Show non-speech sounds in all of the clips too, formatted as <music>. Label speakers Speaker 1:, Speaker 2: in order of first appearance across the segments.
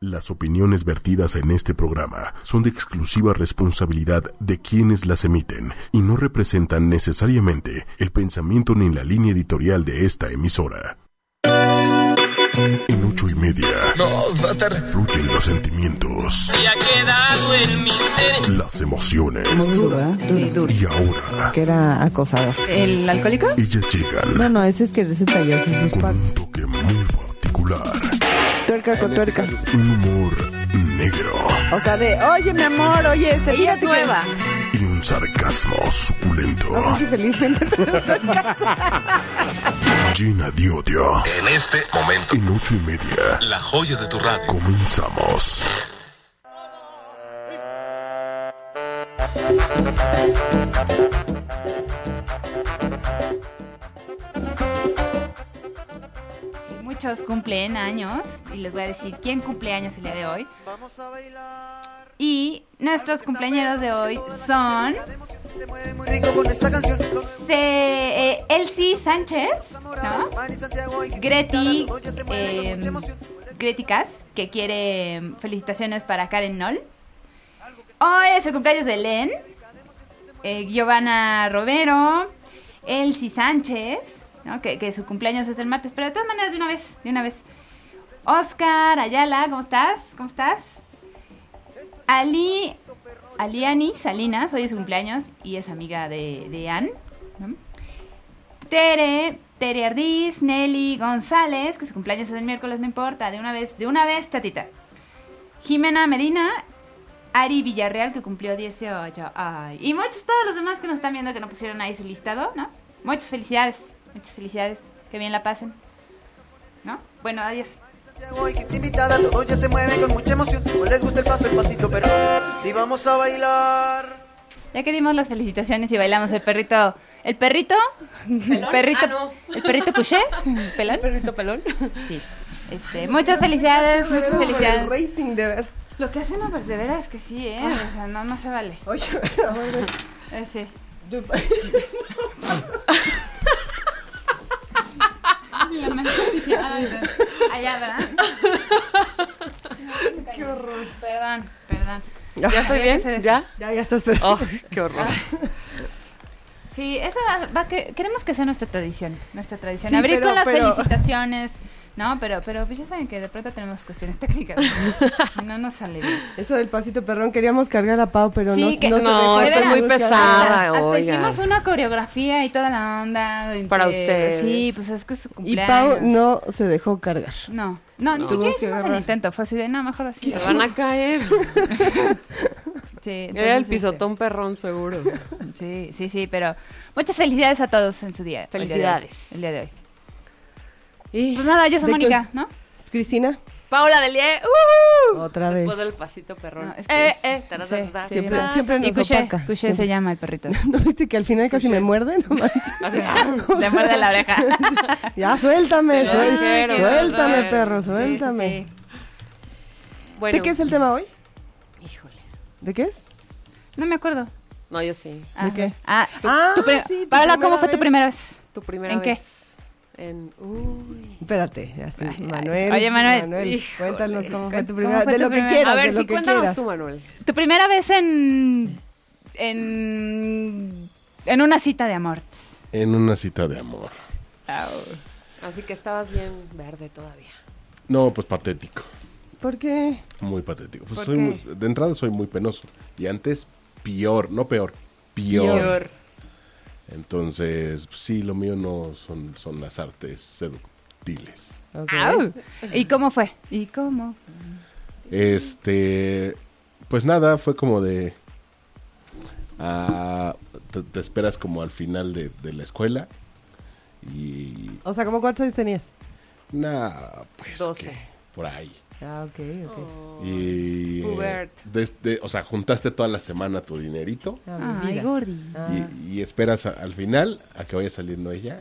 Speaker 1: Las opiniones vertidas en este programa son de exclusiva responsabilidad de quienes las emiten y no representan necesariamente el pensamiento ni la línea editorial de esta emisora. En ocho y media
Speaker 2: No, va a estar.
Speaker 1: fluyen los sentimientos,
Speaker 3: Y ha quedado en mi ser.
Speaker 1: las emociones
Speaker 4: Muy duro, ¿eh?
Speaker 5: Sí, duro.
Speaker 1: y ahora
Speaker 4: Que era acosador.
Speaker 5: ¿El alcohólico?
Speaker 1: ellas
Speaker 4: No,
Speaker 1: llegan
Speaker 4: no, ese es que se talló sus sus
Speaker 1: con
Speaker 4: packs.
Speaker 1: un toque muy particular,
Speaker 4: Tuerca
Speaker 1: este
Speaker 4: con tuerca.
Speaker 1: un humor negro
Speaker 4: O sea, de, oye, mi amor, oye, este,
Speaker 5: Ella
Speaker 4: fíjate
Speaker 5: es
Speaker 4: que...
Speaker 5: nueva.
Speaker 1: y un sarcasmo suculento.
Speaker 4: No sé si felizmente, <laughs> pero estoy casada.
Speaker 6: <laughs>
Speaker 1: Gina Diodio.
Speaker 2: En este momento,
Speaker 1: En ocho y media
Speaker 2: la joya de tu radio.
Speaker 1: comenzamos.
Speaker 7: Muchos cumplen años y les voy a decir quién cumple años el día de hoy. Y nuestros cumpleaños de hoy son se- eh, Elsie Sánchez, ¿no? Greti, eh, Greti Cas, que quiere mm, felicitaciones para Karen Noll. Hoy es el cumpleaños de Len, eh, Giovanna Romero, Elsie Sánchez, ¿no? que, que su cumpleaños es el martes, pero de todas maneras, de una vez, de una vez. Oscar Ayala, ¿cómo estás? ¿Cómo estás? Ali, Aliani Salinas, hoy es su cumpleaños y es amiga de, de Ann. ¿no? Tere, Tere Ardiz, Nelly González, que su cumpleaños es el miércoles, no importa, de una vez, de una vez, chatita. Jimena Medina, Ari Villarreal, que cumplió 18. Ay, y muchos, todos los demás que nos están viendo que no pusieron ahí su listado, ¿no? Muchas felicidades, muchas felicidades, que bien la pasen, ¿no? Bueno, adiós.
Speaker 6: Hoy que está invitada, todos ya se mueven con mucha emoción. No les gusta el paso, el pasito, pero y vamos a bailar.
Speaker 7: Ya que dimos las felicitaciones y bailamos el perrito. ¿El perrito? ¿El
Speaker 8: Ah,
Speaker 9: Ah,
Speaker 7: perrito? ¿El perrito
Speaker 8: <laughs>
Speaker 7: Cuché? ¿Pelón? ¿El perrito pelón? Sí. Este, muchas felicidades, muchas
Speaker 8: el
Speaker 7: felicidades.
Speaker 8: rating de ver.
Speaker 7: Lo que hace una perdedera es que sí, ¿eh? O sea, no, no se vale.
Speaker 8: Ah. Oye,
Speaker 7: Eh, sí.
Speaker 8: yo-
Speaker 7: <laughs> Allá, ¿verdad? Qué horror.
Speaker 8: Ah,
Speaker 7: Perdón, perdón.
Speaker 8: Ya
Speaker 7: estoy bien, ¿ya?
Speaker 8: ya, ya estás pero
Speaker 9: qué horror.
Speaker 4: Ah,
Speaker 7: Sí, esa va, va que queremos que sea nuestra tradición, nuestra tradición.
Speaker 8: Sí,
Speaker 7: Abrir
Speaker 8: pero-
Speaker 7: con las
Speaker 8: pero-
Speaker 7: felicitaciones, ¿no? Pero, pero pues ya saben que de pronto tenemos cuestiones
Speaker 8: <laughs>
Speaker 7: técnicas. No nos sale bien.
Speaker 8: Eso del pasito perrón, queríamos cargar a Pau, pero
Speaker 7: Sí,
Speaker 8: no,
Speaker 7: que-
Speaker 8: no,
Speaker 9: no,
Speaker 8: se
Speaker 7: estoy
Speaker 8: dejó.
Speaker 7: muy
Speaker 8: Busca-
Speaker 9: pesada. Ah,
Speaker 7: hasta
Speaker 9: oiga.
Speaker 7: hicimos una coreografía y toda la onda. entre-
Speaker 9: Para ustedes.
Speaker 7: Sí, pues es que es su
Speaker 8: Y
Speaker 7: cumpleaños.
Speaker 8: Pau no se dejó cargar.
Speaker 7: No, no, ni
Speaker 8: No.
Speaker 7: siquiera
Speaker 8: Tuvo que
Speaker 7: hicimos el
Speaker 8: agarrar.
Speaker 7: intento. Fue así de, no, mejor así.
Speaker 9: Se van a caer.
Speaker 7: <laughs> Sí,
Speaker 9: Era el
Speaker 7: entonces,
Speaker 9: pisotón perrón, seguro.
Speaker 7: este, <laughs> Sí, sí, sí, pero muchas felicidades a todos en su día. el día de hoy,
Speaker 9: Felicidades.
Speaker 7: El día de hoy.
Speaker 9: Y
Speaker 7: Pues nada, yo soy
Speaker 8: ¿De qué?
Speaker 7: Mónica, ¿no?
Speaker 8: Cristina,
Speaker 9: Paula Delie, ¡ujú!
Speaker 8: ¡Eh! otra vez.
Speaker 9: Después del pasito perrón.
Speaker 7: No, es que-
Speaker 9: eh, eh, tará,
Speaker 7: sí,
Speaker 9: tará,
Speaker 7: sí,
Speaker 8: Siempre,
Speaker 9: tará.
Speaker 8: siempre nos
Speaker 7: Y Cuché,
Speaker 8: opaca.
Speaker 7: Cuché se llama el perrito.
Speaker 8: <laughs> ¿No viste que al final casi me muerde? No manches.
Speaker 9: Así,
Speaker 7: <laughs> Le muerde la oreja.
Speaker 8: Ya, suéltame,
Speaker 9: Te lo
Speaker 8: suel-
Speaker 9: dijeron,
Speaker 8: suéltame,
Speaker 9: ¿verdad?
Speaker 8: perro,
Speaker 7: Sí, sí,
Speaker 8: suéltame.
Speaker 7: sí.
Speaker 9: bueno.
Speaker 8: ¿De qué es el tema hoy?
Speaker 9: Híjole.
Speaker 8: ¿De qué es?
Speaker 7: No me acuerdo.
Speaker 9: No, yo sí.
Speaker 7: Ah,
Speaker 8: qué?
Speaker 7: Ah, tu-
Speaker 8: Ah,
Speaker 7: tu pri-
Speaker 8: sí, tu
Speaker 7: Paola, ¿cómo
Speaker 8: primera
Speaker 7: fue tu
Speaker 8: vez.
Speaker 7: primera vez?
Speaker 9: Tu primera
Speaker 7: ¿En qué?
Speaker 9: vez. En uy.
Speaker 8: Espérate, ya sí,
Speaker 7: Ay,
Speaker 8: Manuel.
Speaker 7: ay. Oye, Manuel,
Speaker 9: híjole.
Speaker 8: cuéntanos cómo fue
Speaker 7: ¿Cómo
Speaker 8: tu primera
Speaker 7: fue
Speaker 8: de
Speaker 7: tu
Speaker 8: lo que
Speaker 7: primera-
Speaker 8: quieras,
Speaker 9: A ver,
Speaker 8: de lo
Speaker 9: sí,
Speaker 8: que
Speaker 9: cuéntanos
Speaker 8: quieras.
Speaker 9: tú, Manuel.
Speaker 7: Tu primera vez en. en. en una cita de amor.
Speaker 10: En una cita de amor.
Speaker 9: Así que estabas bien verde todavía.
Speaker 10: No, pues patético.
Speaker 8: ¿Por qué?
Speaker 10: Muy patético. Pues
Speaker 7: ¿Por
Speaker 10: soy
Speaker 7: qué?
Speaker 10: muy- de entrada soy muy penoso. Y antes, peor. No peor. Peor.
Speaker 9: Peor.
Speaker 10: Entonces, pues, sí, lo mío no son, son las artes seductiles.
Speaker 8: Ok.
Speaker 7: Au. ¿Y cómo fue? ¿Y cómo?
Speaker 10: Este. Pues nada, fue como de. ah, te, te esperas como al final de, de la escuela. Y.
Speaker 8: O sea, ¿cómo cuántos años tenías?
Speaker 10: Nada, pues.
Speaker 9: Doce.
Speaker 10: que por ahí.
Speaker 8: Ah, ok, ok.
Speaker 7: Oh.
Speaker 10: Y. eh,
Speaker 9: Hubert.
Speaker 10: desde- o sea, juntaste toda la semana tu dinerito.
Speaker 8: Ah, mi
Speaker 7: Ay,
Speaker 8: vida.
Speaker 7: Gordi.
Speaker 10: Y, y esperas a- al final a que vaya saliendo ella.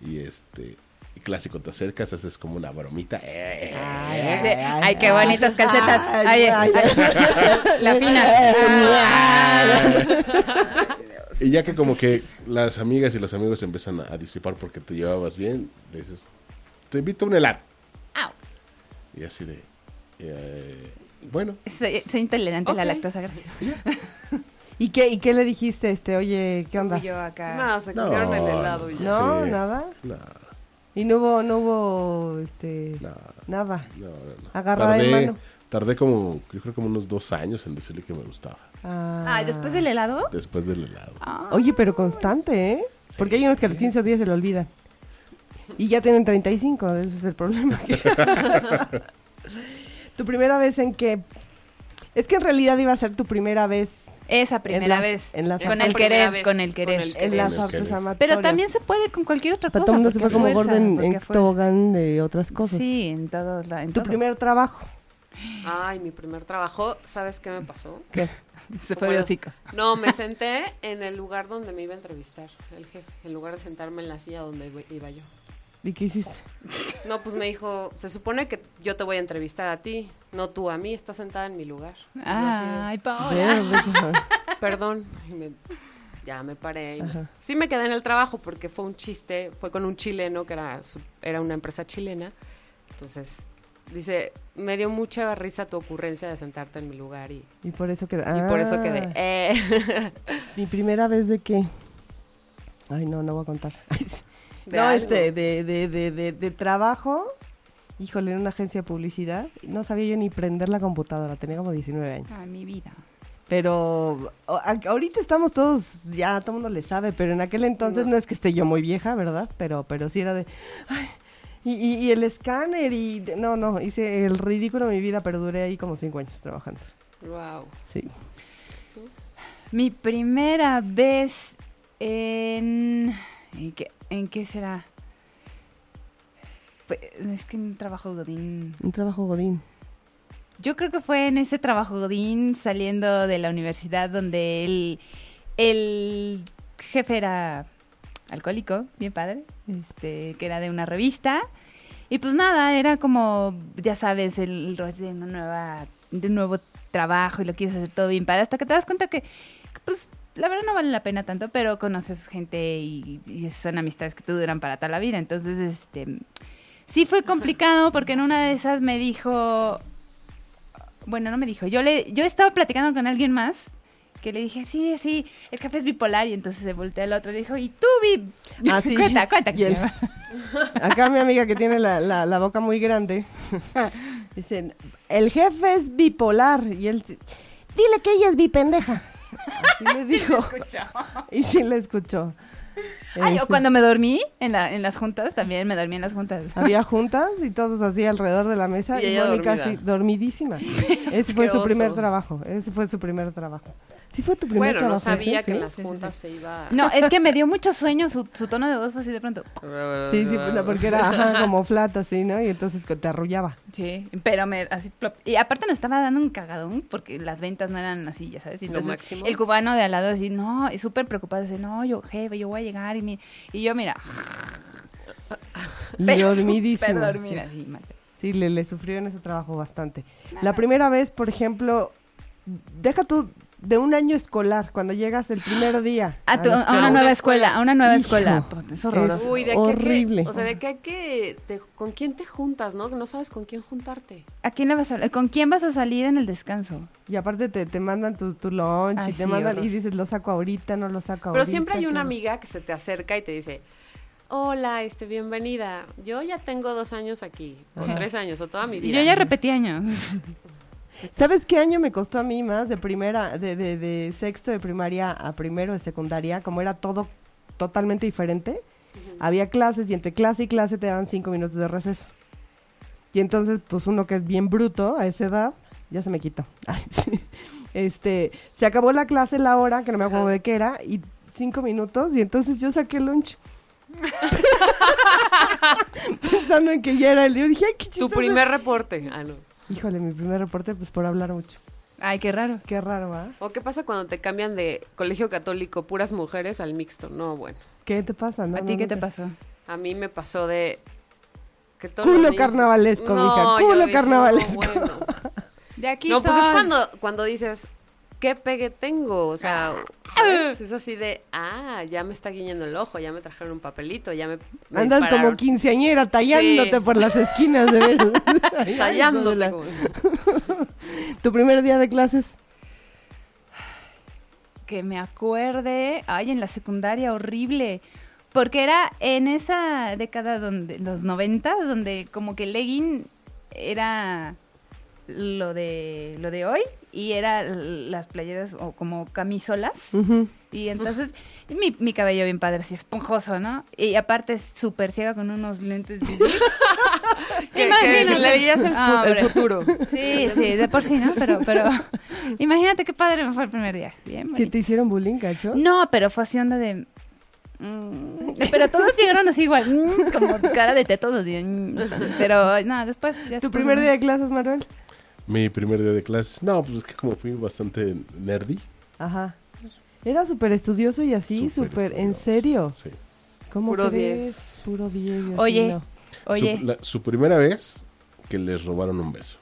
Speaker 10: Y este. y clásico, te acercas, haces como una bromita. eh,
Speaker 7: De- Ay, qué bonitas calcetas. Ay,
Speaker 8: ay,
Speaker 7: ay, <laughs>
Speaker 8: <laughs>
Speaker 7: La fina.
Speaker 10: <laughs> Y ya que como que las amigas y los amigos empiezan a, a disipar porque te llevabas bien, le dices, te invito a un helado.
Speaker 7: Au.
Speaker 10: Y así de, Eh, bueno,
Speaker 7: Soy, soy intolerante a
Speaker 9: Ok.
Speaker 7: la lactosa, gracias.
Speaker 8: ¿Y qué, ¿Y qué le dijiste? este Oye, ¿qué onda?
Speaker 7: Y yo acá.
Speaker 9: No, se
Speaker 10: No,
Speaker 9: comieron el helado y ya.
Speaker 8: No,
Speaker 10: Sí.
Speaker 8: nada.
Speaker 10: no,
Speaker 8: Y no hubo, no hubo, este,
Speaker 10: no,
Speaker 8: nada.
Speaker 10: no, no.
Speaker 8: Agarrada de
Speaker 10: tardé,
Speaker 8: mano.
Speaker 10: tardé como, yo creo como unos dos años en decirle que me gustaba.
Speaker 8: Ah.
Speaker 7: Ay, después del helado.
Speaker 10: Después del helado.
Speaker 8: Oye, pero constante, ¿eh? Porque hay unos que a los 15 días se lo olvidan. Y ya tienen 35, ese es el problema. <laughs> ¿Tu primera vez en qué? Es que en realidad iba a ser tu primera vez
Speaker 7: Esa primera
Speaker 8: las-
Speaker 7: vez.
Speaker 8: en las-
Speaker 7: con,
Speaker 9: Esa
Speaker 7: el
Speaker 9: primera
Speaker 7: querer,
Speaker 9: vez,
Speaker 7: con el querer,
Speaker 9: con el-
Speaker 8: en las
Speaker 10: En el que-
Speaker 8: artes amatorias.
Speaker 7: Pero también se puede con cualquier otra
Speaker 8: Pero
Speaker 7: cosa.
Speaker 8: todo el mundo se fue
Speaker 7: porque
Speaker 8: como
Speaker 7: fuerza,
Speaker 8: gordo en, en
Speaker 7: porque fuerza.
Speaker 8: tobogán de otras cosas.
Speaker 7: Sí, en todo. la- en
Speaker 8: Tu
Speaker 7: todo.
Speaker 8: primer trabajo.
Speaker 9: Ay, mi primer trabajo, ¿sabes qué me pasó?
Speaker 8: ¿Qué?
Speaker 7: Se fue el hocico.
Speaker 9: No,
Speaker 7: <laughs>
Speaker 9: me senté en el lugar donde me iba a entrevistar el jefe, en lugar de sentarme en la silla donde iba- iba yo.
Speaker 8: ¿Y qué hiciste?
Speaker 9: No, pues me dijo, se supone que yo te voy a entrevistar a ti, no tú a mí, estás sentada en mi lugar. Y yo así de,
Speaker 7: Ay, Paola.
Speaker 8: Bueno, pues,
Speaker 9: <laughs> Perdón. Y me- ya me paré. y me-
Speaker 8: Ajá.
Speaker 9: sí me quedé en el trabajo porque fue un chiste, fue con un chileno que era, su- era una empresa chilena. Entonces, dice, me dio mucha risa tu ocurrencia de sentarte en mi lugar y,
Speaker 8: Y por eso quedé.
Speaker 9: y por eso
Speaker 8: Ah,
Speaker 9: quedé. eh. <laughs>
Speaker 8: ¿Mi primera vez de qué? Ay, no, no voy a contar. <laughs> Ay, sí.
Speaker 9: De
Speaker 8: no,
Speaker 9: algo.
Speaker 8: este, de, de, de, de, de trabajo. Híjole, en una agencia de publicidad. No sabía yo ni prender la computadora, tenía como 19 años.
Speaker 7: Ay, mi vida.
Speaker 8: Pero o- a- ahorita estamos todos, ya todo el mundo le sabe, pero en aquel entonces no, es que esté yo muy vieja, ¿verdad? Pero, pero sí era de, ay, y, y- y el escáner y, de- no, no, hice el ridículo de mi vida, pero duré ahí como cinco años trabajando.
Speaker 9: Wow.
Speaker 8: Sí.
Speaker 7: Mi primera vez en... ¿En qué, en qué será? Pues, es que en un trabajo godín...
Speaker 8: Un trabajo godín.
Speaker 7: Yo creo que fue en ese trabajo godín saliendo de la universidad donde el, el jefe era alcohólico, bien padre, este, que era de una revista. Y pues nada, era como, ya sabes, el rush de una nueva, de un nuevo trabajo y lo quieres hacer todo bien padre, hasta que te das cuenta que, que, pues, la verdad no vale la pena tanto, pero conoces gente y, y son amistades que te duran para toda la vida. Entonces, este, sí fue complicado porque en una de esas me dijo, bueno, no me dijo, yo le, yo estaba platicando con alguien más. Que le dije, sí, sí, el café es bipolar. Y entonces se voltea el otro y dijo, ¿y tú, Bi?
Speaker 8: Ah, sí.
Speaker 7: <laughs> cuenta, cuenta. que
Speaker 8: Y
Speaker 7: se
Speaker 8: él-
Speaker 7: llama.
Speaker 8: <laughs> Acá mi amiga que tiene la, la, la boca muy grande, <laughs> dicen, el jefe es bipolar y él, dile que ella es bipendeja. Así <laughs>
Speaker 7: <laughs>
Speaker 8: le dijo. y sí la escuchó.
Speaker 7: Ay,
Speaker 8: Este,
Speaker 7: o cuando me dormí en, la- en las juntas, también me dormí en las juntas.
Speaker 8: Había juntas y todos así alrededor de la mesa
Speaker 9: Y
Speaker 8: y,
Speaker 9: ella
Speaker 8: Mónica
Speaker 9: dormida.
Speaker 8: así
Speaker 7: <laughs>
Speaker 8: dormidísima. Ese fue
Speaker 9: qué
Speaker 8: su primer
Speaker 9: oso.
Speaker 8: trabajo, ese fue su primer trabajo. Sí fue tu primer
Speaker 9: Bueno,
Speaker 8: trabajo.
Speaker 9: no sabía
Speaker 8: ¿sí?
Speaker 9: que
Speaker 8: Sí.
Speaker 9: en las juntas se iba...
Speaker 7: No, es que me dio mucho sueño, su, su tono de voz fue así de pronto.
Speaker 8: Sí, sí,
Speaker 7: <laughs>
Speaker 8: pues, no, porque era ajá, como flata así, ¿no? Y entonces que te arrullaba.
Speaker 7: Sí, pero me así plop. Y aparte nos estaba dando un cagadón porque las ventas no eran así, ya sabes. Y
Speaker 9: Lo
Speaker 7: Entonces,
Speaker 9: máximo.
Speaker 7: el cubano de al lado así, no, y súper preocupado, así, no, yo jefe, yo voy a llegar y, mi- y yo mira,
Speaker 8: Y
Speaker 9: <laughs>
Speaker 7: pero
Speaker 8: dormidísima.
Speaker 7: súper
Speaker 8: sí.
Speaker 7: dormida, sí, mal.
Speaker 8: Sí, le, le sufrió en ese trabajo bastante. La primera vez, por ejemplo, deja tú de un año escolar, cuando llegas el primer día.
Speaker 7: <gasps> A, tu-
Speaker 9: Ah,
Speaker 8: la escuela.
Speaker 7: a una nueva escuela, a una nueva
Speaker 8: Hijo,
Speaker 7: escuela. Puta, Es horroroso.
Speaker 9: Uy, de aquí
Speaker 8: Horrible.
Speaker 9: A que, o sea, de aquí a que te- con quién te juntas, ¿no? No sabes con quién juntarte.
Speaker 7: ¿A quién le vas a hablar? ¿Con quién vas a salir en el descanso?
Speaker 8: Y aparte te, te mandan tu, tu lunch
Speaker 7: Ay,
Speaker 8: y te
Speaker 7: sí,
Speaker 8: mandan
Speaker 7: horror.
Speaker 8: y dices, lo saco ahorita, no lo saco ahorita.
Speaker 9: Pero siempre hay una
Speaker 8: que-
Speaker 9: amiga que se te acerca y te dice, hola, este, bienvenida. Yo ya tengo dos años aquí, o
Speaker 8: Ajá.
Speaker 9: tres años, o toda mi
Speaker 7: Y
Speaker 9: vida.
Speaker 7: yo ya repetí años.
Speaker 8: <laughs> ¿Sabes qué año me costó a mí más de primera, de, de, de sexto de primaria a primero de secundaria? Como era todo totalmente diferente, había clases y entre clase y clase te daban cinco minutos de receso. Y entonces, pues uno que es bien bruto a esa edad, ya se me quitó. <laughs> Ay, sí. Este, se acabó la clase la hora, que no me acuerdo
Speaker 9: Ajá.
Speaker 8: de qué era, y cinco minutos, y entonces yo
Speaker 9: <laughs>
Speaker 8: saqué lunch. <laughs> Pensando en que ya era el día, dije, ay, qué
Speaker 9: Tu
Speaker 8: chistoso.
Speaker 9: primer reporte. Ah, no.
Speaker 8: Híjole, mi primer reporte, pues por hablar mucho.
Speaker 7: Ay, qué raro.
Speaker 8: Qué raro, ¿ah?
Speaker 9: ¿O qué pasa cuando te cambian de colegio católico, puras mujeres, al mixto? No, bueno.
Speaker 8: ¿Qué te pasa? No,
Speaker 7: ¿A
Speaker 8: no,
Speaker 7: ti qué
Speaker 8: no
Speaker 7: te pasó?
Speaker 9: A mí me pasó de... Que todos
Speaker 8: Culo
Speaker 9: los niños-
Speaker 8: carnavalesco, mija,
Speaker 9: yo
Speaker 8: culo
Speaker 9: no,
Speaker 8: carnavalesco.
Speaker 9: bueno.
Speaker 7: De aquí
Speaker 9: No, pues es
Speaker 7: soy.
Speaker 9: cuando, cuando dices, ¿qué pegue tengo? O sea, ¿sabes? es así de, ah, ya me está guiñando el ojo, ya me trajeron un papelito, ya me, me
Speaker 8: Andas
Speaker 9: dispararon.
Speaker 8: como quinceañera tallándote
Speaker 9: Sí.
Speaker 8: por las esquinas de ver. <laughs> Ay, hijo de
Speaker 9: Tallándote,
Speaker 8: la-
Speaker 9: como-
Speaker 8: Tu primer día de clases.
Speaker 7: que me acuerde, ay, en la secundaria horrible, porque era en esa década donde los noventas, donde como que el legging era lo de lo de hoy y era l- las playeras o como camisolas y entonces mi, mi cabello bien padre así esponjoso no y aparte súper ciega con unos
Speaker 9: <laughs>
Speaker 7: lentes
Speaker 9: que, que
Speaker 7: Imagínate.
Speaker 9: le veías el, fu-
Speaker 7: Ah,
Speaker 9: el
Speaker 7: hombre.
Speaker 9: futuro.
Speaker 7: sí sí de por sí no pero pero imagínate qué padre me fue el primer día bien
Speaker 8: Que
Speaker 7: bonito.
Speaker 8: te hicieron bullying, cacho.
Speaker 7: No, pero fue así onda de. mm, Pero todos llegaron así igual, mm, como cara de teto, así, mm, pero no, después ya se
Speaker 8: Tu
Speaker 7: puso
Speaker 8: primer
Speaker 7: muy-
Speaker 8: día de clases, Pues, Manuel.
Speaker 10: Mi primer día de clases. No, pues es que como fui bastante nerdy.
Speaker 8: Ajá. Era súper estudioso y así,
Speaker 10: Súper
Speaker 8: súper, en
Speaker 10: estudioso.
Speaker 8: serio.
Speaker 10: Sí.
Speaker 8: ¿Cómo
Speaker 9: Puro
Speaker 8: crees?
Speaker 9: 10.
Speaker 8: Puro 10. y así,
Speaker 7: Oye,
Speaker 8: no.
Speaker 7: Oye,
Speaker 10: Su, la- su primera vez que les robaron un beso.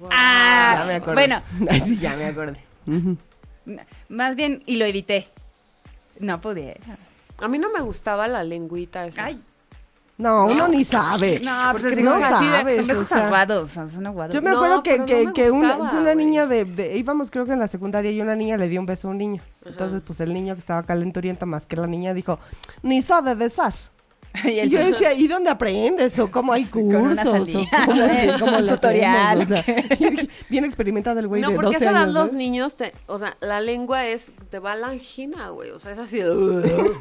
Speaker 8: Ya me
Speaker 7: <gasps> ah,
Speaker 8: acordé.
Speaker 7: bueno,
Speaker 8: <laughs> Ay, sí, ya me acordé. Ujú.
Speaker 7: más bien, y lo evité. No pude.
Speaker 9: A mí no me gustaba la lengüita esa.
Speaker 7: Ay,
Speaker 8: No, uno ni sabe.
Speaker 7: no, pues
Speaker 8: Porque
Speaker 7: así
Speaker 8: Eh, no
Speaker 7: como- así de-
Speaker 8: sabes,
Speaker 7: son besos
Speaker 8: o sea.
Speaker 7: aguados, son son aguados.
Speaker 8: Yo me
Speaker 9: No,
Speaker 8: acuerdo que,
Speaker 9: pero
Speaker 8: que-
Speaker 9: no me
Speaker 8: que una,
Speaker 9: gustaba,
Speaker 8: que una
Speaker 9: güey.
Speaker 8: niña de, de- Íbamos creo que en la secundaria y una niña le dio un beso a un niño. Entonces, pues el niño que estaba calenturienta más que la niña dijo, ni sabe besar.
Speaker 7: <laughs> Y
Speaker 8: Y
Speaker 7: el-
Speaker 8: yo decía,
Speaker 7: <laughs>
Speaker 8: ¿y dónde aprendes?
Speaker 9: <laughs>
Speaker 8: ¿O cómo hay
Speaker 7: Con una
Speaker 8: cursos? ¿O <laughs>
Speaker 7: sandía,
Speaker 8: cómo,
Speaker 7: güey,
Speaker 8: cómo
Speaker 7: un
Speaker 8: le hacemos?
Speaker 7: tutorial,
Speaker 8: O sea, <laughs> bien experimentado el güey
Speaker 9: no,
Speaker 8: de
Speaker 9: porque
Speaker 8: 12
Speaker 9: esa edad
Speaker 8: años, ¿eh?
Speaker 9: los
Speaker 8: ¿no?
Speaker 9: niños, te, o sea, la lengua es, te va a la angina, güey. O sea, es así de...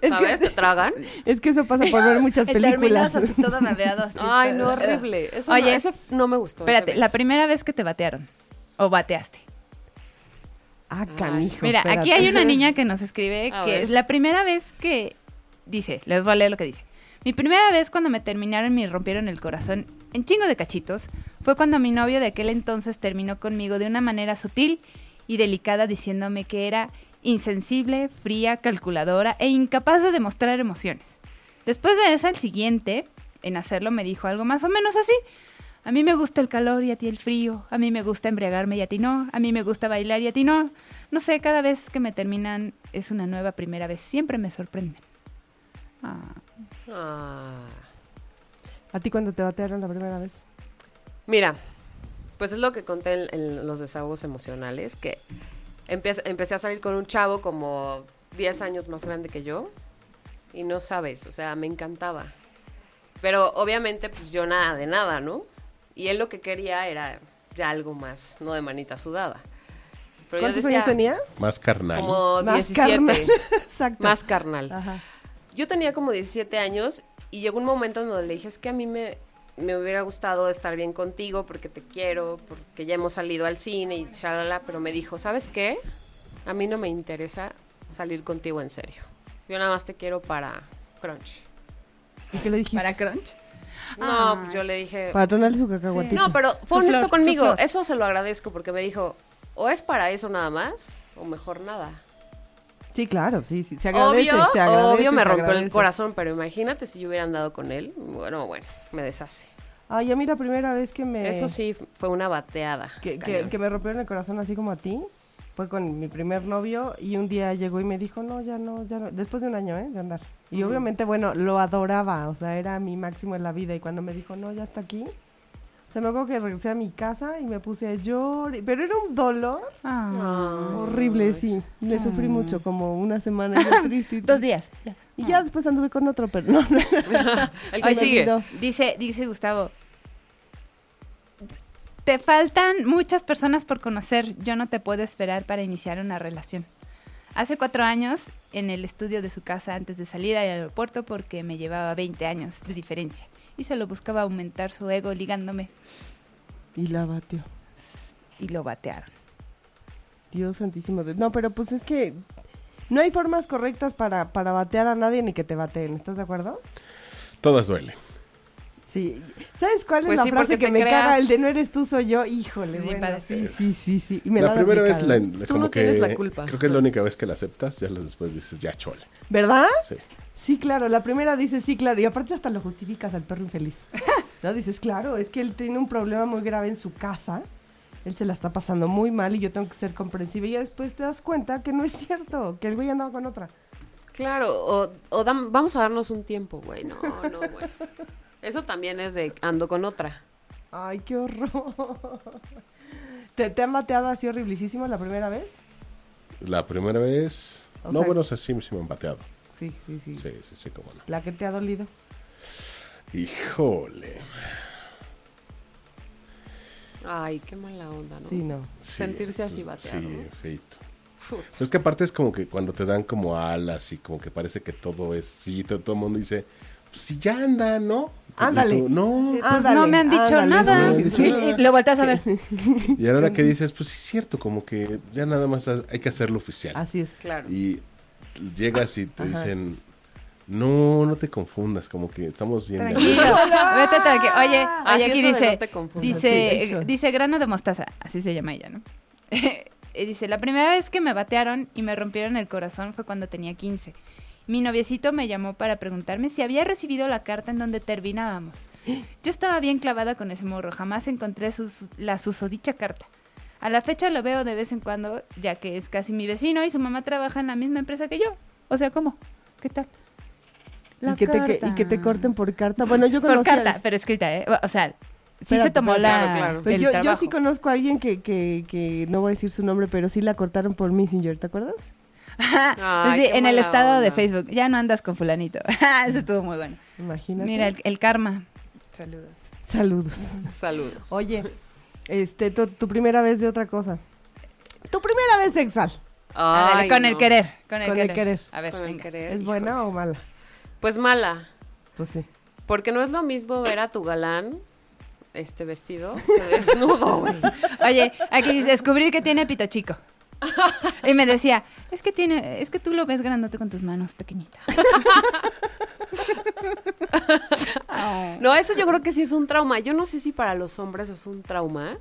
Speaker 8: que-
Speaker 9: ¿Sabes? ¿Te tragan?
Speaker 8: <laughs> Es que eso
Speaker 9: <laughs>
Speaker 8: pasa por ver <laughs> muchas
Speaker 7: y terminas
Speaker 8: películas.
Speaker 7: así todo babeado. así,
Speaker 9: Ay, no,
Speaker 7: todo-
Speaker 9: horrible. Eso
Speaker 7: Oye,
Speaker 9: no, ese f- no me gustó. ese
Speaker 7: espérate, la
Speaker 9: beso.
Speaker 7: primera vez que te batearon o bateaste.
Speaker 8: Ah, canijo.
Speaker 7: Mira, aquí
Speaker 8: espérate.
Speaker 7: hay una niña que nos escribe
Speaker 9: <laughs> A
Speaker 7: que
Speaker 9: ver.
Speaker 7: es la primera vez que dice, les voy a leer lo que dice. Mi primera vez cuando me terminaron y me rompieron el corazón en chingo de cachitos fue cuando mi novio de aquel entonces terminó conmigo de una manera sutil y delicada diciéndome que era insensible, fría, calculadora e incapaz de demostrar emociones. Después de eso, al siguiente, en hacerlo, me dijo algo más o menos así. A mí me gusta el calor y a ti el frío. A mí me gusta embriagarme y a ti no. A mí me gusta bailar y a ti no. No sé, cada vez que me terminan es una nueva primera vez. Siempre me sorprenden. Ah,
Speaker 9: Ah.
Speaker 8: ¿A ti cuando te batearon la
Speaker 9: <laughs>
Speaker 8: primera vez?
Speaker 9: Mira, pues es lo que conté en, en los desahogos emocionales, que empecé, empecé a salir con un chavo como 10 años más grande que yo y no sabes, o sea, me encantaba. Pero obviamente pues yo nada de nada, ¿no? Y él lo que quería era ya algo más, no de manita sudada. Pero yo
Speaker 8: ¿Cuántos
Speaker 9: decía,
Speaker 8: años tenías?
Speaker 10: Más carnal.
Speaker 9: Ah. Como
Speaker 8: Más
Speaker 9: 17.
Speaker 8: carnal. Exacto.
Speaker 9: Más carnal.
Speaker 8: Ajá.
Speaker 9: Yo tenía como 17 años y llegó un momento en donde le dije, es que a mí me, me hubiera gustado estar bien contigo porque te quiero, porque ya hemos salido al cine y shalala, pero me dijo, ¿sabes qué? A mí no me interesa salir contigo en serio. Yo nada más te quiero para crunch.
Speaker 8: ¿Y qué le dijiste?
Speaker 7: ¿Para Crunch?
Speaker 9: No,
Speaker 7: Ah,
Speaker 9: pues yo le dije...
Speaker 8: Para tronarle su cacahuatito.
Speaker 9: No, pero
Speaker 7: Su
Speaker 9: fue honesto
Speaker 7: flor, su
Speaker 9: conmigo.
Speaker 7: flor.
Speaker 9: Eso se lo agradezco porque me dijo, o es para eso nada más, o mejor nada.
Speaker 8: Sí, claro, sí, sí. Se agradece,
Speaker 9: obvio,
Speaker 8: se agradece.
Speaker 9: obvio me
Speaker 8: se
Speaker 9: rompió el
Speaker 8: agradece.
Speaker 9: corazón, pero imagínate si yo hubiera andado con él. Bueno, bueno, me deshace.
Speaker 8: Ay, a mí la primera vez que me...
Speaker 9: Eso sí, f- fue una bateada.
Speaker 8: que, que-
Speaker 9: cañón.
Speaker 8: que me rompieron el corazón así como a ti, fue con mi primer novio y un día llegó y me dijo, no, ya no, ya no, después de un año, ¿eh? De andar. Y obviamente, bueno, lo adoraba, o sea, era mi máximo en la vida y cuando me dijo, no, ya está aquí, se me acuerdo que regresé a mi casa y me puse a llorar, pero era un dolor horrible, sí, le sufrí mucho, como una semana yo triste. y
Speaker 7: Dos
Speaker 8: triste.
Speaker 7: días. ya.
Speaker 8: Y ya después anduve con otro, pero no, <laughs> no.
Speaker 9: El
Speaker 8: Ay,
Speaker 9: que
Speaker 8: me
Speaker 9: sigue.
Speaker 8: olvidó.
Speaker 7: Dice, dice Gustavo. Te faltan muchas personas por conocer. Yo no te puedo esperar para iniciar una relación. Hace cuatro años, en el estudio de su casa antes de salir al aeropuerto, porque me llevaba 20 años de diferencia. Y se lo buscaba aumentar su ego ligándome.
Speaker 8: Y la batió.
Speaker 7: Y lo
Speaker 9: <laughs>
Speaker 7: batearon.
Speaker 8: Dios santísimo. de- No, pero pues es que no hay formas correctas para, para batear a nadie ni que te bateen. ¿Estás de acuerdo?
Speaker 10: Todas duelen.
Speaker 8: Sí. ¿Sabes cuál es
Speaker 9: Pues
Speaker 8: la
Speaker 9: sí,
Speaker 8: frase
Speaker 9: porque
Speaker 8: que
Speaker 9: te
Speaker 8: me
Speaker 9: creas-
Speaker 8: caga? El de no eres tú, soy yo. Híjole,
Speaker 7: Sí,
Speaker 8: bueno,
Speaker 7: padre.
Speaker 8: sí, sí, sí, sí. Y me
Speaker 10: la
Speaker 8: han
Speaker 10: primera vez, la,
Speaker 8: aplicado.
Speaker 10: la-
Speaker 9: Tú
Speaker 10: como
Speaker 9: no
Speaker 10: que-
Speaker 9: tienes la culpa.
Speaker 10: Creo que es la única vez que la aceptas, ya las después dices, ya chole.
Speaker 8: ¿Verdad?
Speaker 10: Sí.
Speaker 8: Sí, claro. La primera dice sí, claro. Y aparte hasta
Speaker 9: <laughs>
Speaker 8: lo justificas al perro infeliz. no dices, claro, es que él tiene un problema muy grave en su casa. él se la está pasando muy mal y yo tengo que ser comprensiva. Y ya después te das cuenta que no es cierto, que el güey andaba con otra.
Speaker 9: Claro, o, o dam- vamos a darnos un tiempo, güey. No, no, güey. Eso también es de ando con otra.
Speaker 8: Ay, qué horror. <laughs> ¿Te, te han bateado así horriblísimo la primera vez?
Speaker 10: La primera vez.
Speaker 8: O
Speaker 10: no,
Speaker 8: sea-
Speaker 10: bueno, o sea, sí, sí me han bateado.
Speaker 8: Sí, sí, sí,
Speaker 10: Sí, sí, sí, cómo no.
Speaker 8: La que te ha dolido.
Speaker 10: Híjole.
Speaker 9: Ay, qué mala onda, ¿no?
Speaker 8: Sí, no.
Speaker 10: sí,
Speaker 9: Sentirse así
Speaker 10: sí,
Speaker 9: bateado.
Speaker 10: Sí,
Speaker 9: ¿no?
Speaker 10: feito.
Speaker 9: Puta.
Speaker 10: Pero es que aparte es como que cuando te dan como alas y como que parece que todo es. Sí, to- todo el mundo dice. Pues si ya anda, ¿no? Y tú,
Speaker 8: Ándale.
Speaker 10: no.
Speaker 7: Pues no me han dicho nada.
Speaker 10: no me han dicho
Speaker 7: Y-
Speaker 10: nada.
Speaker 7: y lo volteas a ver.
Speaker 10: Y ahora que dices, pues sí, es cierto, como que ya nada más has- hay que hacerlo oficial.
Speaker 8: Así es.
Speaker 9: Claro.
Speaker 10: Y llegas y te
Speaker 8: Ajá.
Speaker 10: dicen, no, no te confundas, como que estamos bien. de
Speaker 7: Tranquilo. Vete tranquilo. Oye,
Speaker 9: Así
Speaker 7: oye, aquí
Speaker 9: eso de
Speaker 7: dice,
Speaker 9: no te confundas.
Speaker 8: Sí,
Speaker 7: dice,
Speaker 8: eso.
Speaker 7: dice grano de mostaza, así se llama ella, ¿no? <laughs> Y dice, la primera vez que me batearon y me rompieron el corazón fue cuando tenía 15. Mi noviecito me llamó para preguntarme si había recibido la carta en donde terminábamos. Yo estaba bien clavada con ese morro, jamás encontré sus, la susodicha carta. A la fecha lo veo de vez en cuando, ya que es casi mi vecino y su mamá trabaja en la misma empresa que yo. O sea, ¿cómo? ¿Qué tal? La
Speaker 8: Y que, te, que- y
Speaker 7: carta.
Speaker 8: que te corten por carta. Bueno, yo
Speaker 7: Por
Speaker 8: conocí a- pues,
Speaker 7: carta, pero escrita, ¿eh? O sea, sí
Speaker 8: Espérate,
Speaker 7: se tomó
Speaker 8: espérate,
Speaker 7: la,
Speaker 9: claro, claro.
Speaker 8: Pero
Speaker 7: el
Speaker 8: yo, yo
Speaker 7: trabajo.
Speaker 8: sí conozco a alguien que, que, que no voy a decir su nombre, pero sí la cortaron por Messenger, ¿te acuerdas?
Speaker 9: Ay,
Speaker 7: Sí,
Speaker 9: qué
Speaker 7: en el
Speaker 9: mala
Speaker 7: estado de
Speaker 9: onda.
Speaker 7: Facebook. Ya no andas con fulanito. <laughs> Ah, Eso estuvo muy bueno.
Speaker 8: Imagínate.
Speaker 7: Mira, el, el karma. Saludos.
Speaker 8: Saludos.
Speaker 9: Saludos.
Speaker 8: Oye, este, tu, tu primera vez de otra cosa. Tu primera vez sexual.
Speaker 9: Ay,
Speaker 7: con el
Speaker 9: no.
Speaker 7: querer. Con el,
Speaker 8: Con el
Speaker 7: querer.
Speaker 8: querer.
Speaker 7: A ver,
Speaker 9: Con el
Speaker 7: venga.
Speaker 9: querer,
Speaker 8: ¿Es
Speaker 9: hijo.
Speaker 8: buena o mala?
Speaker 9: Pues mala.
Speaker 8: Pues sí.
Speaker 9: Porque no es lo mismo ver a tu galán este vestido que desnudo, güey.
Speaker 7: Oye, aquí dice, descubrir que tiene pito chico. Y me decía, es que tiene, es que tú lo ves grandote con tus manos pequeñita.
Speaker 9: No, eso yo creo que sí es un trauma. Yo no sé si para los hombres es un trauma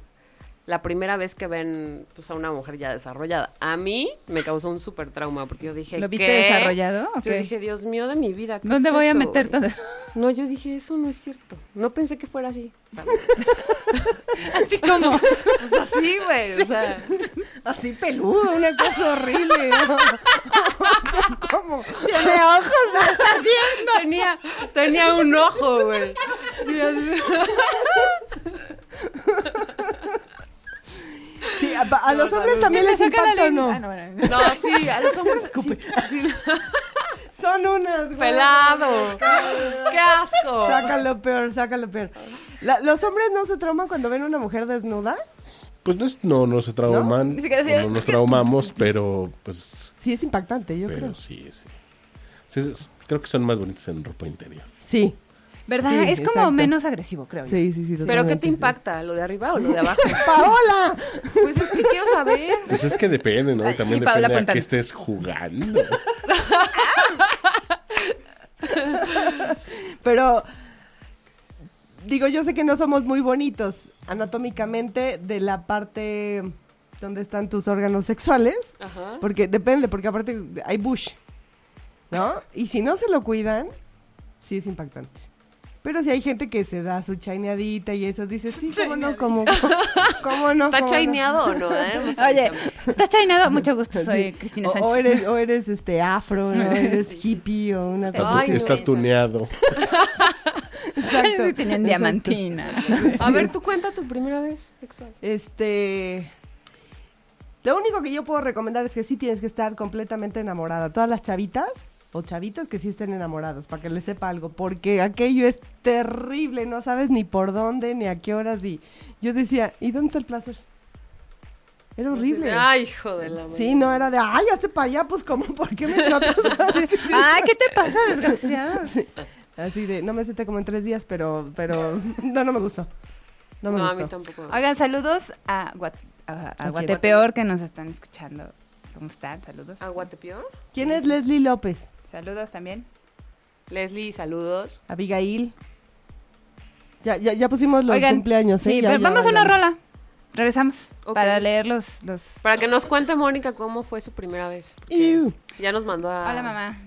Speaker 9: la primera vez que ven pues, a una mujer ya desarrollada. A mí me causó un súper trauma porque yo dije.
Speaker 7: ¿Lo viste
Speaker 9: ¿qué?
Speaker 7: desarrollado? ¿O
Speaker 9: Yo
Speaker 7: qué?
Speaker 9: dije, Dios
Speaker 8: <laughs>
Speaker 9: mío de mi vida. ¿qué
Speaker 7: ¿Dónde
Speaker 9: es
Speaker 7: voy a
Speaker 9: eso,
Speaker 7: meter
Speaker 9: güey?"
Speaker 7: todo eso?
Speaker 9: <laughs> No, yo dije, eso no es cierto. No pensé que fuera así. ¿sabes?
Speaker 7: Así como,
Speaker 9: Pues así, güey. O sea,
Speaker 8: Así peludo, una cosa horrible. <laughs> ¿no? ¿Cómo?
Speaker 7: tiene ojos.
Speaker 9: tenía, tenía un ojo, güey. Sí, así.
Speaker 8: Sí, a, a los
Speaker 9: No,
Speaker 8: hombres
Speaker 9: no,
Speaker 8: también
Speaker 7: Le
Speaker 8: les
Speaker 7: saca la
Speaker 8: impacta o
Speaker 7: lengua.
Speaker 8: no.
Speaker 7: Ah, no, bueno.
Speaker 9: No, sí, a los
Speaker 8: <laughs>
Speaker 9: hombres sí, sí,
Speaker 8: Son unas. güey. <laughs>
Speaker 9: pelado. ¡Qué asco!
Speaker 8: Saca lo peor, saca lo peor. La- los hombres no se trauman cuando ven a una mujer desnuda.
Speaker 10: Pues no, es- no, no se trauman.
Speaker 7: Ni siquiera así
Speaker 10: No,
Speaker 7: de-
Speaker 10: nos traumamos, pero pues.
Speaker 8: Sí, es impactante, yo
Speaker 10: pero
Speaker 8: creo.
Speaker 10: sí, sí. Sí, es- Creo que son más bonitos en ropa interior.
Speaker 8: <laughs> Sí,
Speaker 7: ¿Verdad?
Speaker 8: Sí,
Speaker 7: es como
Speaker 8: exacto.
Speaker 7: menos agresivo, creo yo.
Speaker 8: sí, sí, sí.
Speaker 9: ¿Pero qué
Speaker 8: totalmente,
Speaker 9: te
Speaker 8: sí.
Speaker 9: impacta? ¿Lo de arriba o lo
Speaker 8: <laughs>
Speaker 9: de abajo?
Speaker 8: ¡Paola!
Speaker 9: Pues es que quiero saber.
Speaker 10: Pues es que depende, ¿no? Y también
Speaker 7: y Paola
Speaker 10: depende a
Speaker 7: apuntando.
Speaker 10: qué estés jugando.
Speaker 8: <laughs> Pero digo, yo sé que no somos muy bonitos anatómicamente de la parte donde están tus órganos sexuales,
Speaker 9: Ajá.
Speaker 8: porque depende, porque aparte hay bush, ¿no? Y si no se lo cuidan, sí es impactante. Pero si hay gente que se da su chaineadita y eso, dice, sí, cómo no, cómo, cómo no.
Speaker 9: ¿Está
Speaker 8: cómo no".
Speaker 9: chaineado o no? eh?
Speaker 8: <laughs>
Speaker 9: Vamos a
Speaker 7: Oye,
Speaker 9: avisar.
Speaker 7: ¿estás chainado? Mucho gusto, soy
Speaker 8: Sí.
Speaker 7: Cristina
Speaker 8: O-
Speaker 7: Sánchez.
Speaker 8: O eres, o eres este afro,
Speaker 7: <laughs>
Speaker 8: ¿no? eres hippie o una
Speaker 10: Está,
Speaker 8: cosa.
Speaker 10: tu-
Speaker 9: Ay, no.
Speaker 10: está tuneado.
Speaker 9: <laughs>
Speaker 8: Exacto, exacto. <laughs>
Speaker 7: Tenían diamantina.
Speaker 9: a ver, tú cuenta tu primera vez sexual.
Speaker 8: Este. Lo único que yo puedo recomendar es que sí tienes que estar completamente enamorada. Todas las chavitas o chavitos que sí estén enamorados, para que les sepa algo. Porque aquello es terrible, no sabes ni por dónde, ni a qué horas. Y yo decía, ¿y dónde está el placer? Era horrible.
Speaker 9: Ay, hijo de la madre.
Speaker 8: Sí, no, era de, ay, hace para allá, pues, ¿cómo? ¿Por qué me
Speaker 7: <laughs>
Speaker 8: tratas así?
Speaker 7: Ay, ¿qué te pasa, desgraciado?
Speaker 8: Así de, no me senté como en tres días, pero, pero, no, no me gustó. No
Speaker 9: No,
Speaker 8: me
Speaker 9: a
Speaker 8: gustó.
Speaker 9: mí tampoco. me
Speaker 7: Oigan, saludos a, Guat- a- a
Speaker 8: Ok.
Speaker 7: Guatepeor que nos están escuchando. ¿Cómo están? Saludos.
Speaker 9: gusta. ¿A Guatepeor?
Speaker 8: ¿Quién es Leslie López?
Speaker 7: Saludos también.
Speaker 9: Leslie, saludos.
Speaker 8: Abigail. Ya, ya, ya pusimos los
Speaker 7: Oigan,
Speaker 8: cumpleaños. ¿eh?
Speaker 7: Sí,
Speaker 8: Ya-
Speaker 7: pero
Speaker 8: ya
Speaker 7: vamos a una
Speaker 8: hablamos.
Speaker 7: rola. Regresamos
Speaker 9: Ok.
Speaker 7: para leer los, los...
Speaker 9: Para que nos cuente Mónica cómo fue su primera vez.
Speaker 8: Iu.
Speaker 9: Ya nos mandó a.
Speaker 7: Hola, mamá.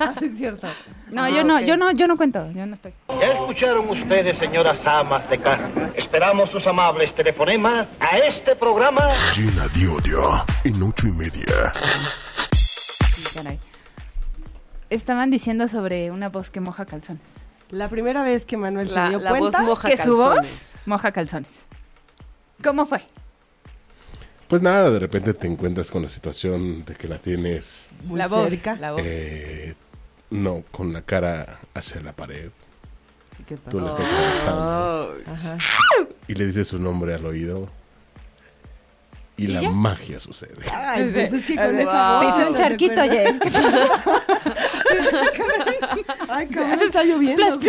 Speaker 8: Ah, sí, es cierto.
Speaker 7: No,
Speaker 9: Ah,
Speaker 7: yo no,
Speaker 9: ok.
Speaker 7: yo no, yo no cuento, yo no estoy.
Speaker 5: Ya escucharon ustedes, señoras amas de casa. Esperamos sus amables telefonemas a este programa.
Speaker 1: Gina Diodio en ocho y media.
Speaker 7: Caray. Estaban diciendo sobre una voz que moja calzones.
Speaker 8: La primera vez que Manuel
Speaker 9: La-
Speaker 8: se dio
Speaker 9: la
Speaker 8: cuenta,
Speaker 9: voz moja
Speaker 7: que su voz
Speaker 9: calzones.
Speaker 7: moja calzones. ¿Cómo fue?
Speaker 10: Pues nada, de repente te encuentras con la situación de que la tienes,
Speaker 8: muy
Speaker 7: la voz,
Speaker 8: cerca.
Speaker 7: la voz. <laughs>
Speaker 10: eh, no, con la cara hacia la pared.
Speaker 8: ¿Qué pasó?
Speaker 10: Tú la estás abrazando
Speaker 8: Ajá.
Speaker 10: y le dices su nombre al oído y la
Speaker 7: ya?
Speaker 10: magia sucede.
Speaker 3: Ah,
Speaker 8: Ay, pues es que
Speaker 7: A
Speaker 8: con
Speaker 7: ver,
Speaker 8: esa voz.
Speaker 7: Pisé un
Speaker 8: ¿te
Speaker 7: charquito,
Speaker 8: acuerdas?
Speaker 7: oye.
Speaker 8: <laughs> <laughs> Ay,
Speaker 7: <laughs>
Speaker 8: cabrón, está lloviendo. <laughs>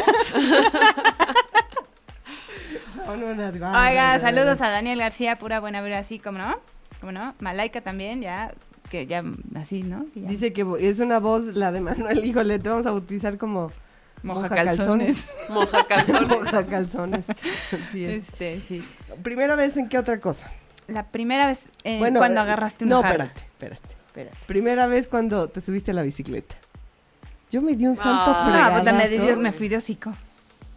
Speaker 8: Son unas guardas.
Speaker 7: Oiga, saludos a Daniel García, pura buena vibra, así como no, como no. Malaika también, ya, que ya, así, ¿no? Que ya
Speaker 8: Dice que vo- es una voz, la de Manuel, <laughs> híjole, te vamos a bautizar como
Speaker 7: moja calzones. <laughs>
Speaker 9: Moja calzones.
Speaker 8: <laughs> Moja calzones. Así es.
Speaker 7: Este, sí.
Speaker 8: Primera vez en qué otra cosa.
Speaker 7: La primera vez eh, cuando
Speaker 8: eh,
Speaker 7: agarraste una
Speaker 8: No,
Speaker 7: jarra.
Speaker 8: espérate, espérate, espérate. Primera vez cuando te subiste a la bicicleta. Yo me di un santo
Speaker 9: Ah.
Speaker 7: No, pues
Speaker 8: fregadazo.
Speaker 7: también me, me fui de hocico.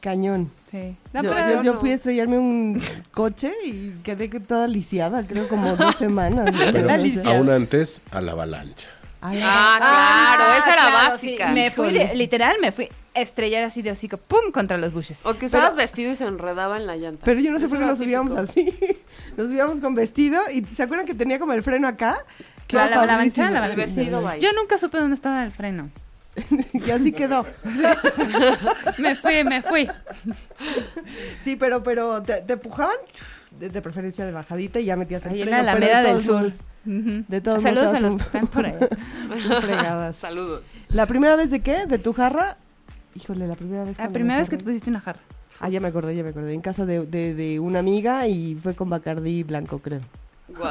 Speaker 8: Cañón.
Speaker 7: Sí. No,
Speaker 8: yo,
Speaker 7: pero
Speaker 8: yo- yo fui a estrellarme un coche y quedé que toda lisiada, creo como dos semanas. ¿no?
Speaker 10: Pero
Speaker 8: No sé.
Speaker 10: aún antes, a la avalancha.
Speaker 8: Ay,
Speaker 9: Ah, claro, esa era
Speaker 7: claro,
Speaker 9: básica.
Speaker 7: sí. Me fui,
Speaker 8: Híjole.
Speaker 7: li- literal, me fui a estrellar así de hocico, pum, contra los bushes.
Speaker 9: O que usabas vestido y se enredaba en la llanta.
Speaker 8: Pero yo no sé
Speaker 9: Eso
Speaker 8: por qué
Speaker 9: era
Speaker 8: nos subíamos
Speaker 9: típico.
Speaker 8: así. <laughs> Nos subíamos con vestido y ¿se acuerdan que tenía como el freno acá? Que
Speaker 7: La-
Speaker 8: era
Speaker 7: la- la
Speaker 8: padrísimo.
Speaker 7: manchada, la
Speaker 9: El vestido va ahí.
Speaker 7: Yo nunca supe dónde estaba el freno.
Speaker 8: <laughs> Y así quedó.
Speaker 7: <laughs> Me fui, me fui.
Speaker 8: Sí, pero, pero te, te empujaban de, de preferencia de bajadita y ya metías el
Speaker 7: Ahí en
Speaker 8: freno.
Speaker 7: la
Speaker 8: pero de
Speaker 7: Alameda del
Speaker 8: todos
Speaker 7: Sur.
Speaker 8: modos,
Speaker 7: Ujú.
Speaker 8: de todos
Speaker 7: Saludos
Speaker 8: modos,
Speaker 7: a los que
Speaker 8: un-
Speaker 7: están por ahí.
Speaker 8: un <laughs> fregadas.
Speaker 9: Saludos.
Speaker 8: ¿La primera vez de qué? ¿De tu jarra? Híjole, la primera vez.
Speaker 7: La
Speaker 8: cuando
Speaker 7: primera
Speaker 8: me
Speaker 7: vez que te
Speaker 8: agarré.
Speaker 7: pusiste una jarra.
Speaker 8: Ah, ya me acordé, ya me acordé. En casa de, de- de una amiga y fue con Bacardí blanco, creo.
Speaker 9: Guau,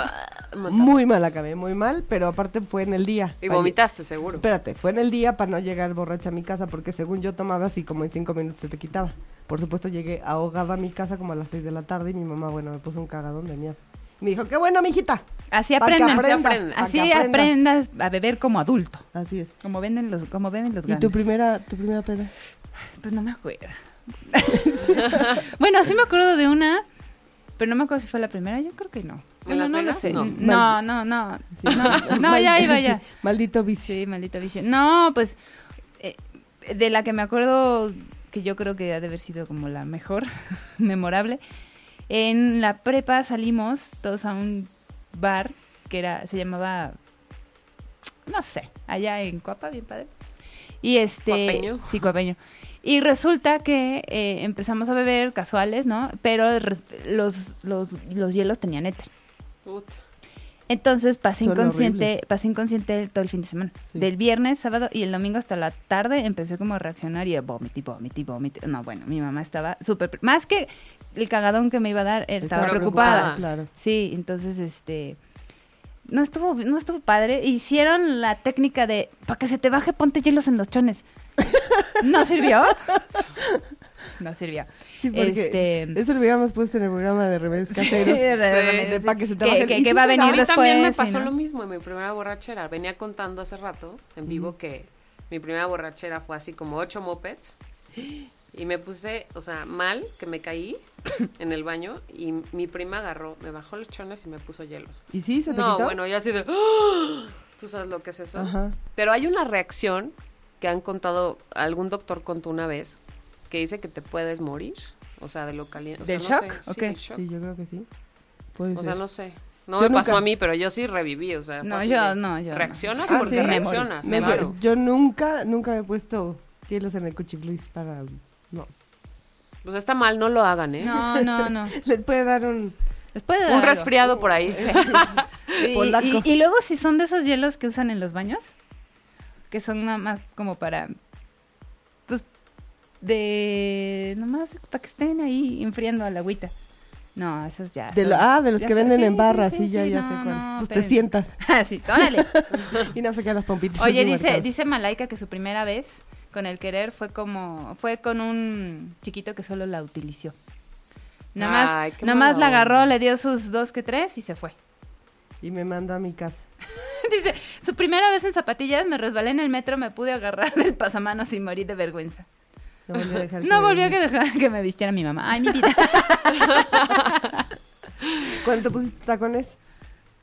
Speaker 9: mataba.
Speaker 8: Muy mal acabé, muy mal, pero aparte fue en el día.
Speaker 9: Y
Speaker 8: Falle-
Speaker 9: vomitaste, seguro.
Speaker 8: Espérate, fue en el día para no llegar borracha a mi casa, porque según yo tomaba así como en cinco minutos se te quitaba. Por supuesto llegué ahogada a mi casa como a las seis de la tarde y mi mamá, bueno, me puso un cagadón de mierda. Y Me dijo, qué bueno, mijita.
Speaker 7: Así
Speaker 8: Pa' que
Speaker 7: aprendan.
Speaker 8: aprendas,
Speaker 9: aprendan.
Speaker 8: pa'
Speaker 7: Así
Speaker 8: que aprendas.
Speaker 7: aprendas a beber como adulto.
Speaker 8: Así es.
Speaker 7: Como venden los, como venden los
Speaker 8: ¿Y tu
Speaker 7: grandes.
Speaker 8: primera, tu primera peda?
Speaker 7: Pues no me acuerdo. bueno, sí me acuerdo de una, pero no me acuerdo si fue la primera. Yo creo que no.
Speaker 9: ¿En
Speaker 7: Bueno,
Speaker 9: Las
Speaker 7: no lo
Speaker 9: Vegas?
Speaker 7: sé.
Speaker 9: No.
Speaker 7: No, no, no. No, no, ya iba, ya.
Speaker 8: <laughs> Maldito vicio.
Speaker 7: Sí, maldito vicio. No, pues eh, de la que me acuerdo que yo creo que ha de haber sido como la mejor, <laughs> memorable. En la prepa salimos todos a un bar que era se llamaba no sé, allá en Coapa, bien padre. Y este
Speaker 9: Cuapeño.
Speaker 7: sí, Cuapeño. Y resulta que eh, empezamos a beber casuales, ¿no? Pero res- los, los, los hielos tenían éter.
Speaker 9: Puta.
Speaker 7: Entonces pasé
Speaker 8: Son
Speaker 7: inconsciente,
Speaker 8: horribles.
Speaker 7: pasé inconsciente el- todo el fin de semana.
Speaker 8: Sí.
Speaker 7: Del viernes, sábado y el domingo hasta la tarde empecé como a reaccionar y era vómito, y vómito, y vómito. No, bueno, mi mamá estaba súper... pre- Más que el cagadón que me iba a dar, él estaba
Speaker 9: Estaba
Speaker 7: preocupada.
Speaker 9: preocupada.
Speaker 8: Claro.
Speaker 7: Sí, entonces, este... No estuvo, no estuvo padre. Hicieron la técnica de, para que se te baje, ponte hielos en los chones. <laughs> ¿No sirvió? No sirvió.
Speaker 8: Sí, porque
Speaker 7: Este-
Speaker 8: eso lo hubiéramos puesto en el programa de Remedios Caseros.
Speaker 7: De- de-
Speaker 8: de
Speaker 7: sí.
Speaker 8: pa' que se te
Speaker 7: Que-
Speaker 8: baje el-
Speaker 7: que-
Speaker 8: ¿Y
Speaker 7: que
Speaker 8: sí
Speaker 7: va
Speaker 8: será?
Speaker 7: a
Speaker 9: A
Speaker 7: venir
Speaker 9: mí también me
Speaker 7: después,
Speaker 9: pasó
Speaker 7: ¿no?
Speaker 9: lo mismo en mi primera borrachera. Venía contando hace rato en vivo que mi primera borrachera fue así como ocho mopeds. Y me puse, o sea, mal, que me caí <coughs> en el baño y mi prima agarró, me bajó los chones y me puso hielos.
Speaker 8: ¿Y sí se te
Speaker 9: No,
Speaker 8: quitó?
Speaker 9: bueno, yo así de... "Ah". ¿Tú sabes lo que es eso?
Speaker 8: Ajá.
Speaker 9: Pero hay una reacción que han contado, algún doctor contó una vez, que dice que te puedes morir. O sea, de lo caliente. o sea,
Speaker 7: ¿Del
Speaker 9: no
Speaker 7: shock?
Speaker 9: Sé,
Speaker 7: ¿O
Speaker 9: sí,
Speaker 7: qué?
Speaker 9: del shock.
Speaker 8: Sí, yo creo que sí. Puede
Speaker 9: O
Speaker 8: ser.
Speaker 9: sea, no sé. No
Speaker 8: Yo
Speaker 9: me pasó
Speaker 8: nunca-
Speaker 9: a mí, pero yo sí reviví, o sea. fue
Speaker 7: No,
Speaker 9: así
Speaker 7: yo
Speaker 9: de-
Speaker 7: no, yo no.
Speaker 9: Reaccionas
Speaker 8: Ah,
Speaker 9: porque
Speaker 8: ¿sí?
Speaker 9: reaccionas,
Speaker 8: Me-
Speaker 9: claro.
Speaker 8: Yo nunca, nunca me he puesto hielos en el cuchifluis para... No.
Speaker 9: Pues está mal, no lo hagan, ¿eh?
Speaker 7: No, no, no.
Speaker 8: <laughs> Les puede dar un...
Speaker 7: Después de
Speaker 9: Un resfriado por ahí.
Speaker 8: <laughs>
Speaker 7: Y,
Speaker 8: Polaco.
Speaker 7: y- y luego si son de esos hielos que usan en los baños, que son nada más como para, pues, de, nomás para que estén ahí enfriando a la agüita. No, esos ya.
Speaker 8: de
Speaker 7: son-
Speaker 8: lo- ah, de los
Speaker 7: ya
Speaker 8: que
Speaker 7: son-
Speaker 8: venden
Speaker 7: sí,
Speaker 8: en barra, sí,
Speaker 7: sí,
Speaker 8: ya,
Speaker 7: sí,
Speaker 8: ya
Speaker 7: no,
Speaker 8: sé cuáles.
Speaker 7: no,
Speaker 8: pues te
Speaker 7: pero-
Speaker 8: sientas
Speaker 7: <laughs> Ah, sí, tómale.
Speaker 8: <laughs> y no se quedan las pompitas.
Speaker 7: Oye,
Speaker 8: en tu
Speaker 7: dice,
Speaker 8: mercado.
Speaker 7: dice Malaika que su primera vez con el querer fue como, fue con un chiquito que solo la utilizó. Nomás,
Speaker 9: Ay, qué
Speaker 7: nomás
Speaker 9: mala
Speaker 7: la
Speaker 9: onda.
Speaker 7: agarró, le dio sus dos que tres y se fue.
Speaker 8: Y me mandó a mi casa.
Speaker 7: <laughs> Dice, su primera vez en zapatillas, me resbalé en el metro, me pude agarrar del pasamanos y morí de vergüenza.
Speaker 8: No volvió
Speaker 7: <laughs>
Speaker 8: a dejar que
Speaker 7: No
Speaker 8: me
Speaker 7: volvió a
Speaker 8: viera.
Speaker 7: que dejar que me vistiera mi mamá. Ay, mi <laughs> vida.
Speaker 8: ¿Cuándo te pusiste tacones?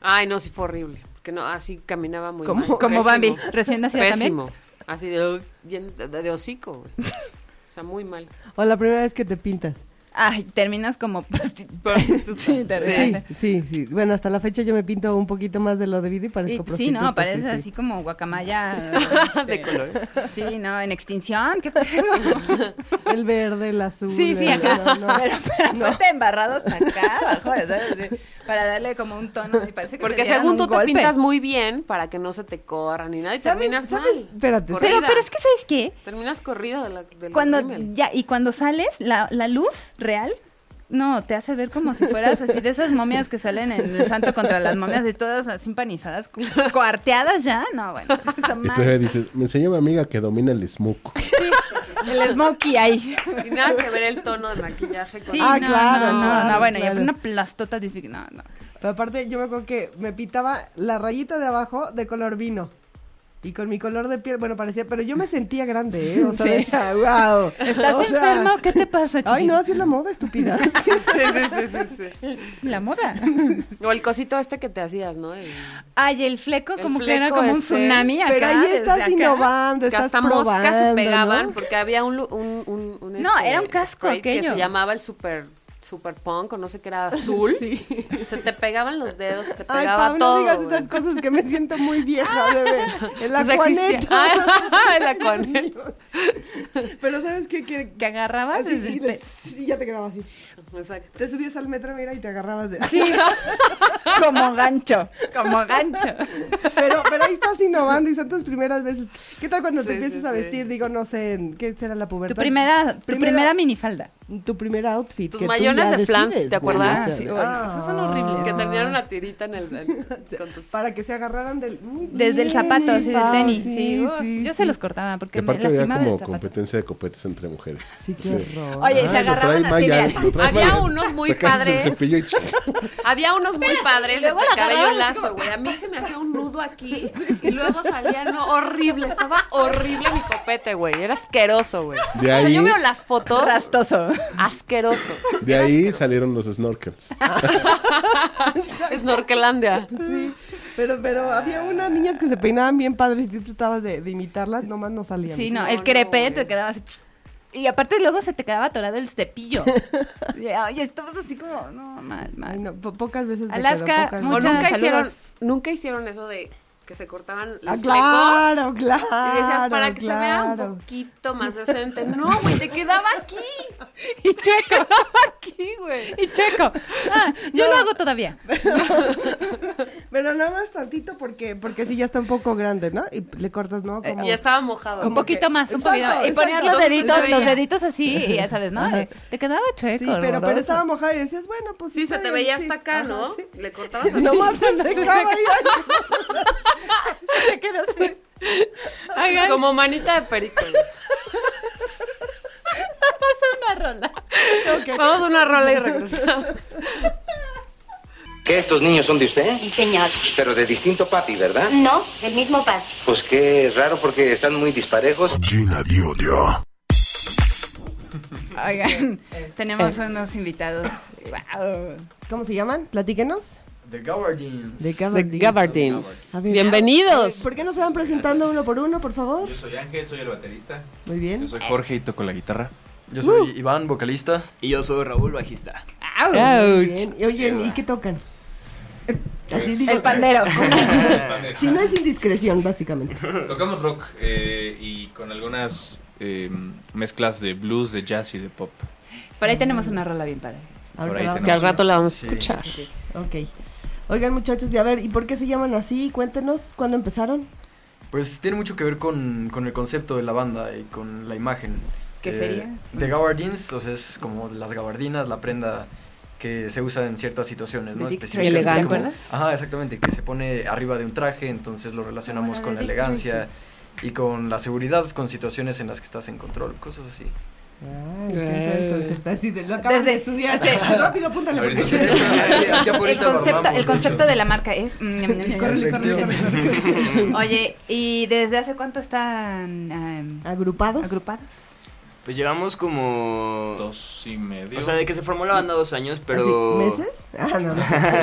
Speaker 9: Ay, no, sí fue horrible. Porque no, así caminaba muy
Speaker 8: Como-
Speaker 9: mal.
Speaker 7: Como
Speaker 9: Pésimo.
Speaker 7: Bambi, recién nacida también.
Speaker 9: Pésimo. Así de, bien de, de hocico, güey. O sea, muy mal.
Speaker 8: ¿O la primera vez que te pintas?
Speaker 7: Ay, terminas como prosti- Sí, de
Speaker 9: Sí.
Speaker 7: repente.
Speaker 8: Sí, sí. Bueno, hasta la fecha yo me pinto un poquito más de lo debido y
Speaker 7: Y-
Speaker 8: parezco
Speaker 7: Sí, no, parece así
Speaker 8: así.
Speaker 7: como <laughs> guacamaya.
Speaker 9: de color.
Speaker 7: este, Sí, no, en extinción, <laughs> qué pedo. <laughs>
Speaker 8: El verde, el azul.
Speaker 7: Sí, sí,
Speaker 8: el-
Speaker 7: acá.
Speaker 8: no, no.
Speaker 7: <laughs> Pero, pero aparte embarrado hasta acá abajo, ¿sabes? Sí, Para darle como un tono y parece que te
Speaker 9: Porque
Speaker 7: dieran
Speaker 9: según
Speaker 7: un
Speaker 9: tú te
Speaker 7: golpe.
Speaker 9: pintas muy bien para que no se te corran ni nada y terminas
Speaker 8: ¿Sabes?
Speaker 9: mal.
Speaker 8: Espérate.
Speaker 9: Por-
Speaker 7: Pero,
Speaker 9: corrida.
Speaker 7: pero es que, ¿sabes qué?
Speaker 9: Terminas corrida de la, del
Speaker 7: Cuando
Speaker 9: rímel.
Speaker 7: ya, y cuando sales, la, la luz real, no, te hace ver como si fueras así de esas momias que salen en el santo contra las momias <laughs> y todas así
Speaker 8: <laughs>
Speaker 7: empanizadas, cu- coarteadas ya. No, bueno, está
Speaker 10: Y
Speaker 7: mal.
Speaker 10: todavía dices, me enseñó mi amiga que domina el smoke.
Speaker 7: el
Speaker 8: <laughs>
Speaker 7: smokey ahí.
Speaker 9: Y nada que ver el tono de maquillaje con
Speaker 7: Sí,
Speaker 8: Ah,
Speaker 7: no,
Speaker 8: claro,
Speaker 7: No, no, no,
Speaker 8: claro,
Speaker 7: bueno,
Speaker 8: claro.
Speaker 7: y una plastota disfi- No, no.
Speaker 8: Pero aparte, yo me acuerdo que me pintaba la rayita de abajo de color vino. Y con mi color de piel, bueno, parecía, pero yo me sentía grande, ¿eh? O sea,
Speaker 7: Sí.
Speaker 8: decía, wow.
Speaker 7: <laughs> ¿Estás
Speaker 8: O sea,
Speaker 7: enfermo? ¿Qué te pasa, chiquito?
Speaker 8: Ay, no, así es la moda, estúpida.
Speaker 7: <laughs>
Speaker 9: Sí, sí, sí, sí,
Speaker 7: La <laughs> moda.
Speaker 9: sí. O el cosito este que te hacías, ¿no? El-
Speaker 7: Ay, el fleco
Speaker 9: El
Speaker 7: como que era
Speaker 9: fleco este.
Speaker 7: como un
Speaker 9: ese.
Speaker 7: tsunami acá.
Speaker 8: ¿eh? pero ahí
Speaker 7: desde
Speaker 8: estás
Speaker 7: acá.
Speaker 8: innovando,
Speaker 9: que
Speaker 8: estás
Speaker 9: hasta moscas se
Speaker 8: probando,
Speaker 9: pegaban
Speaker 8: ¿no?
Speaker 9: porque había un... lu- un, un- un,
Speaker 7: No, era un casco
Speaker 9: spray Que
Speaker 7: aquello.
Speaker 9: se llamaba el super, super punk o no sé qué era,
Speaker 8: <laughs>
Speaker 9: azul. Se te pegaban los dedos, se te
Speaker 8: Ay,
Speaker 9: pegaba
Speaker 8: Pau,
Speaker 9: todo.
Speaker 8: no digas
Speaker 9: güey.
Speaker 8: esas cosas que me siento muy vieja, de ver. El
Speaker 9: Pues existía-
Speaker 8: acuaneto.
Speaker 9: Ah, el
Speaker 8: <laughs>
Speaker 9: acuaneto.
Speaker 8: Pero ¿sabes qué? Que,
Speaker 7: Que agarrabas
Speaker 8: así,
Speaker 7: desde
Speaker 8: y
Speaker 7: el
Speaker 8: le-
Speaker 7: pe-
Speaker 8: y ya te quedabas así.
Speaker 9: Exacto.
Speaker 8: Te subías al metro, mira, y te agarrabas de... <laughs>
Speaker 7: Sí, como gancho, como gancho.
Speaker 8: Pero, pero ahí estás innovando y son tus primeras veces. ¿Qué tal cuando
Speaker 9: Sí,
Speaker 8: te empiezas
Speaker 9: sí,
Speaker 8: a
Speaker 9: sí.
Speaker 8: vestir? Digo, no sé, ¿en ¿qué será la pubertad?
Speaker 7: Tu primera, tu
Speaker 8: Primero-
Speaker 7: primera minifalda.
Speaker 8: Tu primer outfit.
Speaker 9: Tus
Speaker 8: que tú
Speaker 9: mayonas
Speaker 8: ya
Speaker 9: de flans,
Speaker 8: decides,
Speaker 9: ¿te
Speaker 8: güey,
Speaker 9: acuerdas?
Speaker 8: o sea,
Speaker 9: Sí, pues
Speaker 7: bueno, esas son horribles.
Speaker 9: Que tenían una tirita en
Speaker 7: <laughs>
Speaker 9: el... en- con tus...
Speaker 8: Ah. Para que se agarraran del... Muy
Speaker 7: Desde el
Speaker 8: bien,
Speaker 7: zapato, así del
Speaker 8: Pau,
Speaker 7: tenis.
Speaker 8: sí,
Speaker 7: sí, uh,
Speaker 8: sí,
Speaker 7: yo
Speaker 8: sí.
Speaker 7: se los cortaba
Speaker 10: Que
Speaker 7: porque me
Speaker 10: aparte había
Speaker 7: lastimaba el
Speaker 10: como
Speaker 7: zapato.
Speaker 10: competencia de copetes entre mujeres.
Speaker 8: Sí, qué horror.
Speaker 7: Oye, y se
Speaker 10: Ay, lo trae
Speaker 7: agarraban así,
Speaker 10: Maya,
Speaker 7: mira.
Speaker 10: lo trae
Speaker 9: Había
Speaker 10: Maya.
Speaker 9: unos muy
Speaker 10: Sacas el
Speaker 9: padres.
Speaker 10: cepillo y-
Speaker 9: <laughs> Había unos muy padres de
Speaker 7: luego la
Speaker 9: cabello
Speaker 7: agarraban así
Speaker 9: lazo, güey. A mí se me hacía un nudo aquí y luego salía no, horrible. Estaba horrible mi copete, güey. Era asqueroso, güey. O
Speaker 10: De
Speaker 9: sea, yo
Speaker 10: ahí-
Speaker 9: veo las fotos.
Speaker 7: Rastoso.
Speaker 9: Asqueroso.
Speaker 10: De ahí salieron los snorkels.
Speaker 9: Snorkelandia.
Speaker 8: Sí, pero, pero había unas niñas que se peinaban bien padres y tú tratabas de, de imitarlas, nomás no salían.
Speaker 7: Sí, no,
Speaker 9: No,
Speaker 7: el
Speaker 9: no,
Speaker 7: crepe
Speaker 9: güey.
Speaker 7: te quedaba así. pss, Y aparte luego se te quedaba atorado el
Speaker 8: <laughs>
Speaker 7: cepillo. Y, Ay, estamos así como, no, mal,
Speaker 8: Ay,
Speaker 7: mal.
Speaker 8: no, po- pocas veces. me
Speaker 7: Alaska,
Speaker 8: quedó, pocas
Speaker 9: O
Speaker 7: muchas-
Speaker 8: veces.
Speaker 9: nunca
Speaker 7: saludos.
Speaker 9: hicieron, nunca hicieron eso de que se cortaban el
Speaker 8: Ah,
Speaker 9: fleco.
Speaker 8: claro, claro.
Speaker 9: Y decías, para que se vea
Speaker 8: claro.
Speaker 9: un poquito más decente. No, güey, te quedaba aquí.
Speaker 7: Y chueco. Aquí, güey. <laughs> Y chueco. Ah, yo lo hago todavía.
Speaker 8: Pero nada más tantito porque, porque sí ya está un poco grande, ¿no? Y le cortas, ¿no?
Speaker 7: Eh,
Speaker 8: Como-
Speaker 9: Y ya estaba mojado.
Speaker 7: Un poquito
Speaker 8: que-
Speaker 7: más, un
Speaker 8: exacto,
Speaker 7: poquito más. Y
Speaker 8: exacto.
Speaker 7: poner los
Speaker 9: Entonces, se
Speaker 7: deditos,
Speaker 9: veía.
Speaker 7: los
Speaker 9: <laughs>
Speaker 7: deditos así, y ya sabes, ¿no? Eh, Te quedaba chueco.
Speaker 8: Sí, pero, pero
Speaker 7: horroroso.
Speaker 8: estaba mojado y decías, bueno, pues
Speaker 9: Sí, se
Speaker 8: está
Speaker 9: te
Speaker 8: bien,
Speaker 9: veía
Speaker 8: sí.
Speaker 9: hasta acá,
Speaker 8: Ajá,
Speaker 9: ¿no?
Speaker 8: sí.
Speaker 9: Le
Speaker 8: <laughs>
Speaker 9: cortabas así.
Speaker 8: Nomás se secaba y
Speaker 7: <laughs> Te quedas así. Hagan
Speaker 9: Como manita de perico.
Speaker 7: <laughs>
Speaker 9: güey.
Speaker 7: una rola.
Speaker 9: Vamos a una rola y regresamos.
Speaker 11: ¿Qué estos niños son de usted?
Speaker 12: Sí, señor.
Speaker 11: Pero de distinto papi, ¿verdad?
Speaker 12: No, el mismo padre.
Speaker 11: Pues qué raro porque están muy disparejos.
Speaker 1: Gina Diodio.
Speaker 7: Oigan, <laughs> tenemos unos invitados. Wow.
Speaker 8: Este, eh. ¿Cómo se llaman? Platíquenos.
Speaker 13: The Gabardines.
Speaker 8: De
Speaker 9: Gabardines.
Speaker 8: A ver,
Speaker 9: Bienvenidos.
Speaker 8: ¿Por qué no se van presentando uno por uno, por favor?
Speaker 13: Yo soy Ángel, soy el baterista.
Speaker 8: Muy
Speaker 13: Yo
Speaker 8: bien.
Speaker 13: soy Jorge y toco la guitarra. Yo
Speaker 6: Uh.
Speaker 13: soy Iván, vocalista. Y yo soy Raúl, bajista.
Speaker 8: Muy bien. Y oye, ¿y qué tocan? Así digo,
Speaker 7: El
Speaker 8: <laughs>
Speaker 7: pandero.
Speaker 8: si no es indiscreción, básicamente.
Speaker 13: Tocamos rock eh, y con algunas em, mezclas de blues, de jazz y de pop.
Speaker 7: Por ahí tenemos una rola bien padre.
Speaker 8: Ahorita
Speaker 13: ahí
Speaker 8: vamos.
Speaker 9: Que al rato la vamos
Speaker 13: Sí.
Speaker 9: a escuchar.
Speaker 8: Ok. Oigan, muchachos, y a ver, ¿y por qué se llaman así? Cuéntenos, ¿cuándo empezaron?
Speaker 13: Pues tiene mucho que ver con, con el concepto de la banda y con la imagen.
Speaker 7: ¿Qué
Speaker 13: Eh,
Speaker 7: sería?
Speaker 13: De gabardines, o sea, es como las gabardinas, la prenda que se usa en ciertas situaciones,
Speaker 7: De
Speaker 13: ¿no?
Speaker 7: Dick
Speaker 13: Específicas,
Speaker 9: Tracy, ¿te
Speaker 13: como-
Speaker 7: acuerdas?
Speaker 13: Ajá, exactamente, que se pone arriba de un traje, entonces lo relacionamos
Speaker 8: la
Speaker 13: con la
Speaker 8: de Dick
Speaker 13: elegancia y con la seguridad, con situaciones en las que estás en control, cosas así.
Speaker 8: Ay, qué tal el concepto así de lo acabas
Speaker 7: Desde-
Speaker 8: de estudiar.
Speaker 7: sí.
Speaker 8: <laughs> Rápido, apúntale.
Speaker 7: Ahorita
Speaker 8: porque-
Speaker 7: se- ya- ya por ahorita El concepto- dormamos, el de concepto hecho. de la marca es- mm,
Speaker 8: Córrele, córrele, córrele,
Speaker 7: Efectivamente.
Speaker 8: córrele.
Speaker 7: Oye, ¿y desde hace cuánto están em,
Speaker 8: agrupados?
Speaker 12: Pues llevamos como.
Speaker 13: Dos y medio.
Speaker 12: O sea, de que se formó la banda dos años, pero.
Speaker 8: ¿Así? ¿Meses? Ah, no.
Speaker 13: <laughs>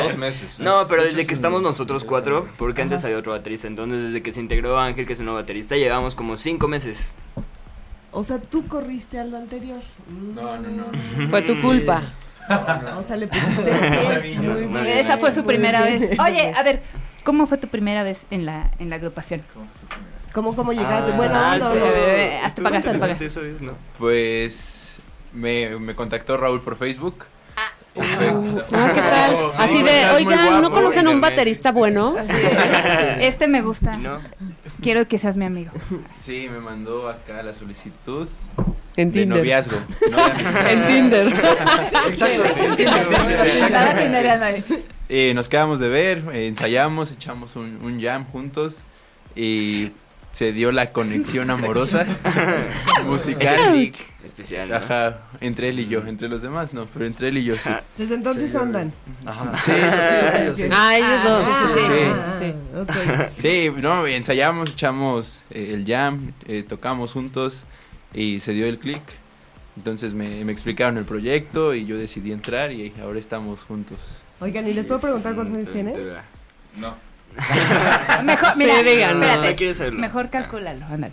Speaker 13: Dos meses.
Speaker 12: No,
Speaker 13: Es-
Speaker 12: pero
Speaker 13: de
Speaker 12: desde
Speaker 13: hecho,
Speaker 12: que
Speaker 13: es
Speaker 12: estamos
Speaker 13: un-
Speaker 12: nosotros cuatro, porque antes había otra baterista. Entonces, desde que se integró Ángel, que es el nuevo baterista, llevamos como cinco meses.
Speaker 8: O sea, tú corriste a lo anterior. No, no,
Speaker 7: <laughs>
Speaker 8: no.
Speaker 9: Fue tu culpa.
Speaker 7: Eh,
Speaker 8: O sea, le pusiste. <laughs> Muy bien.
Speaker 7: Esa fue su
Speaker 8: Muy
Speaker 7: primera
Speaker 8: bien.
Speaker 7: vez. Oye, a ver, ¿cómo fue tu primera vez en la, en la agrupación?
Speaker 8: ¿Cómo, cómo llegaste?
Speaker 12: Ah,
Speaker 8: bueno,
Speaker 12: ah,
Speaker 8: no,
Speaker 12: estuvo-
Speaker 8: no, no.
Speaker 7: Eh, hasta
Speaker 12: estuvo
Speaker 7: pagar, hasta
Speaker 12: interesante
Speaker 7: pagar.
Speaker 12: eso,
Speaker 13: <laughs>
Speaker 12: es, ¿no?
Speaker 13: Pues me, me contactó Raúl por Facebook. <laughs> Pues,
Speaker 9: Ah, ¿qué tal? Así de, oigan, ¿no conocen a un baterista
Speaker 13: <laughs>
Speaker 9: bueno?
Speaker 7: Este me gusta.
Speaker 13: No.
Speaker 7: Quiero que seas mi amigo.
Speaker 13: Sí, me mandó acá la solicitud.
Speaker 9: En
Speaker 13: de
Speaker 9: Tinder.
Speaker 13: noviazgo.
Speaker 9: <laughs> En Tinder.
Speaker 13: <laughs> Exacto. en Tinder,
Speaker 7: Nada sin
Speaker 13: Exacto.
Speaker 7: nada, nadie.
Speaker 13: Eh, nos quedamos de ver, eh, ensayamos, echamos un, un jam juntos y se dio la
Speaker 8: <laughs>
Speaker 13: conexión amorosa
Speaker 12: Es
Speaker 13: <laughs> musical.
Speaker 12: un click especial, ¿no?
Speaker 13: Ajá, entre él y yo, entre los demás no, pero entre él y yo sí.
Speaker 8: Desde entonces andan.
Speaker 13: Ajá. Sí, yo sí, yo sí, yo sí.
Speaker 9: Ah, ellos dos.
Speaker 8: Ah,
Speaker 9: sí, sí, sí,
Speaker 8: sí.
Speaker 13: Sí, no, ensayamos, echamos eh, el jam, eh, tocamos juntos y se dio el click. Entonces me, me explicaron el proyecto y yo decidí entrar y ahora estamos juntos.
Speaker 8: Oigan, ¿y les puedo preguntar cuántos años tienen?
Speaker 13: No.
Speaker 7: <laughs> Mejor,
Speaker 8: Sí,
Speaker 7: mira,
Speaker 8: digan, no,
Speaker 7: espérate,
Speaker 8: no quieres saberlo.
Speaker 7: mejor calcúlalo, ándale.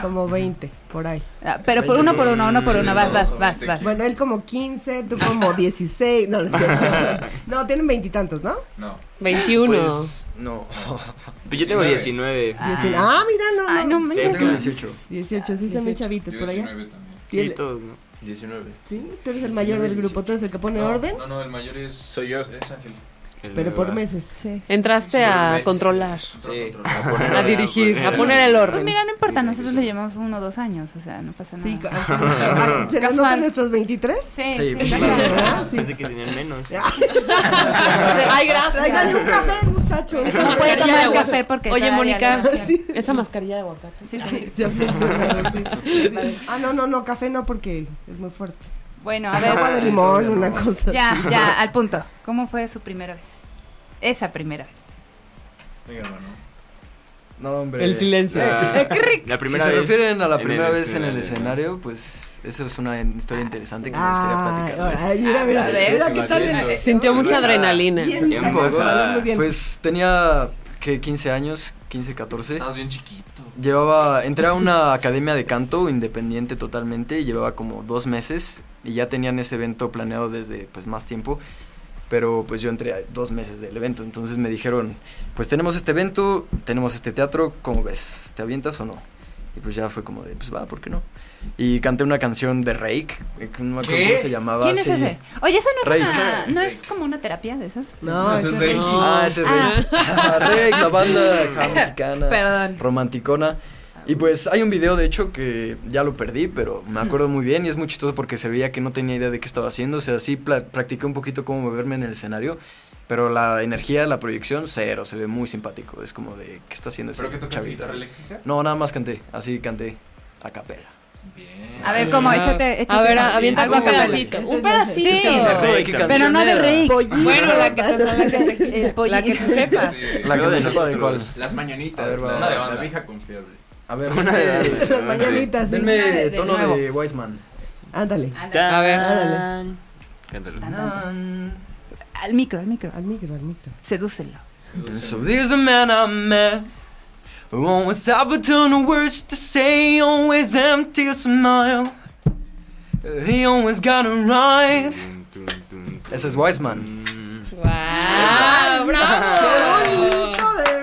Speaker 8: Como 20, por ahí.
Speaker 7: Ah, pero por uno por uno, uno por uno, vas, vas, vas, vas.
Speaker 8: Bueno, él como 15, tú como 16. No, no es cierto. <laughs> No, tienen veintitantos, ¿no?
Speaker 13: No.
Speaker 9: 21.
Speaker 12: Pues,
Speaker 14: no.
Speaker 12: <laughs> Pero yo tengo 19.
Speaker 8: Diecin- Ah, mira, no,
Speaker 7: Ay,
Speaker 8: no.
Speaker 7: no manches.
Speaker 12: Sí, tengo
Speaker 8: 18. 18, sí, están bien chavitos por allá. Sí,
Speaker 12: Sí,
Speaker 8: el-
Speaker 12: todos, ¿no?
Speaker 13: 19.
Speaker 8: Sí, tú eres el mayor del grupo, tú eres el que
Speaker 15: <laughs>
Speaker 8: pone orden.
Speaker 13: No, no, el mayor es. Soy yo. Es Ángel.
Speaker 8: Pero por meses. Sí.
Speaker 9: Entraste a controlar. A dirigir. A poner el
Speaker 7: Pues
Speaker 9: orden.
Speaker 7: mira, no importa, nosotros le llevamos uno o dos años, o sea, no pasa nada.
Speaker 8: Ah, ¿Se nos notan nuestros 23?
Speaker 7: Sí,
Speaker 12: Sí,
Speaker 7: sí,
Speaker 8: Ah, sí.
Speaker 12: Pensé que tenían menos.
Speaker 9: Ay, gracias.
Speaker 8: Tráiganle un café, muchacho.
Speaker 9: Esa
Speaker 7: No puede
Speaker 9: mascarilla
Speaker 7: tomar
Speaker 9: de aguacate.
Speaker 7: café porque
Speaker 9: Oye,
Speaker 7: todavía
Speaker 9: Mónica,
Speaker 8: <laughs>
Speaker 7: le da
Speaker 9: sí, esa mascarilla de aguacate. <laughs>
Speaker 8: Ya fue su- sí. Ah, no, no, no, café no porque es muy fuerte.
Speaker 7: Bueno, a ver.
Speaker 8: Agua de
Speaker 7: sí,
Speaker 8: limón, una cosa
Speaker 7: Ya,
Speaker 8: así.
Speaker 7: ya, al punto. ¿Cómo fue su primera vez? Esa primera vez.
Speaker 13: Venga, hermano.
Speaker 14: No, hombre.
Speaker 9: El silencio. Eh, cric.
Speaker 12: Ah. La primera
Speaker 14: si se
Speaker 12: vez
Speaker 14: refieren a la
Speaker 12: en el
Speaker 14: primera vez en el
Speaker 12: escenario.
Speaker 14: escenario, pues eso es una en- historia interesante
Speaker 8: Ah.
Speaker 14: que me gustaría
Speaker 8: Ay,
Speaker 14: platicarles.
Speaker 8: ay, mira, mira,
Speaker 14: A ver,
Speaker 8: mira
Speaker 14: sí,
Speaker 8: qué tal.
Speaker 14: sí,
Speaker 8: el-
Speaker 14: sí.
Speaker 9: Sintió mucha adrenalina.
Speaker 8: Bien
Speaker 14: Bien,
Speaker 8: sacado,
Speaker 14: poco.
Speaker 8: salió muy bien.
Speaker 14: Pues tenía que 15 años, 15, 14.
Speaker 13: Estabas bien chiquito.
Speaker 14: Llevaba, entré a una academia de canto independiente totalmente, y llevaba como dos meses y ya tenían ese evento planeado desde pues más tiempo, pero pues yo entré a dos meses del evento, entonces me dijeron, pues tenemos este evento, tenemos este teatro, ¿cómo ves? ¿Te avientas o no? Y pues ya fue como de, pues va, ¿por qué no? Y canté una canción de Rake, eh, que no me acuerdo
Speaker 7: ¿Qué?
Speaker 14: cómo se llamaba.
Speaker 7: ¿Quién es
Speaker 14: sí.
Speaker 7: ese? Oye, esa no es
Speaker 14: Reiki.
Speaker 7: una, no es como una terapia de esas.
Speaker 14: No,
Speaker 8: ese
Speaker 14: es
Speaker 8: es
Speaker 14: Rake.
Speaker 8: Reiki.
Speaker 14: Ah, ese es Rake.
Speaker 7: Ah.
Speaker 14: Rake, la banda
Speaker 7: <laughs>
Speaker 14: mexicana.
Speaker 7: Perdón.
Speaker 14: Romanticona. Y pues hay un video, de hecho, que ya lo perdí, pero me
Speaker 7: Mm.
Speaker 14: acuerdo muy bien y es muy chistoso porque se veía que no tenía idea de qué estaba haciendo. O sea, sí pla- practiqué un poquito cómo moverme en el escenario, pero la energía, la proyección, cero. Se ve muy simpático. Es como de, ¿qué está haciendo ese
Speaker 13: ¿Pero qué tocas,
Speaker 14: chavito?
Speaker 13: guitarra eléctrica?
Speaker 14: No, nada más canté. Así canté a capela.
Speaker 7: A ver, ¿cómo? Échate, échate.
Speaker 9: A ver,
Speaker 7: algo.
Speaker 9: avienta
Speaker 7: Algo
Speaker 9: un
Speaker 7: acá.
Speaker 9: pedacito. Un
Speaker 7: Sí,
Speaker 9: pedacito.
Speaker 7: pero no de Rick.
Speaker 9: Bueno, la que te la que te- la que te sepas.
Speaker 14: La que
Speaker 13: Luego
Speaker 14: me
Speaker 13: de
Speaker 14: sepa de cuál.
Speaker 13: nosotros, Las mañanitas.
Speaker 14: A ver, va,
Speaker 13: la,
Speaker 14: va,
Speaker 13: la,
Speaker 14: va.
Speaker 13: la vieja confiable.
Speaker 14: A ver,
Speaker 12: Una de las-
Speaker 8: <laughs>
Speaker 14: denme-
Speaker 8: mañanitas, sí.
Speaker 14: Denme
Speaker 8: Una de- de
Speaker 14: tono
Speaker 8: nuevo.
Speaker 14: de Wiseman.
Speaker 8: Ándale.
Speaker 14: A ver.
Speaker 8: Ándale.
Speaker 12: Cántalo.
Speaker 7: Al micro, al micro.
Speaker 8: Al micro, al micro.
Speaker 7: Sedúcelo.
Speaker 14: So there's a man I met. who Always stop but turn the words to say, always empty a smile. He always got it right. Ese es
Speaker 7: <laughs>
Speaker 14: Wiseman.
Speaker 9: ¡Wow! ¡Bravo!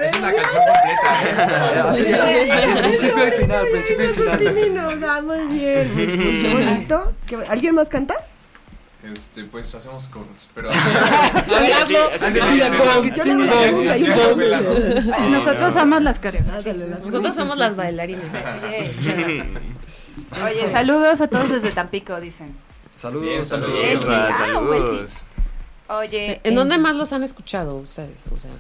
Speaker 13: Es una canción completa.
Speaker 14: Así
Speaker 8: Eso es.
Speaker 14: así es, principio y final, principio y
Speaker 8: Esos
Speaker 14: final.
Speaker 8: pininos, ah, muy
Speaker 12: <laughs>
Speaker 8: bien. muy- muy- Qué bonito. Qué bo- ¿Alguien más canta?
Speaker 13: Este, pues hacemos coros, pero.
Speaker 9: <laughs> ver, hazlo.
Speaker 7: Nosotros somos las coreografías.
Speaker 9: Nosotros somos las bailarinas.
Speaker 7: Oye, saludos a todos desde Tampico, dicen.
Speaker 14: Saludos,
Speaker 12: Bien, saludos.
Speaker 14: también.
Speaker 12: Bien, Ah, saludos.
Speaker 7: Oye,
Speaker 9: Eh,
Speaker 14: eh,
Speaker 9: ¿En dónde más los han escuchado ustedes? O sea,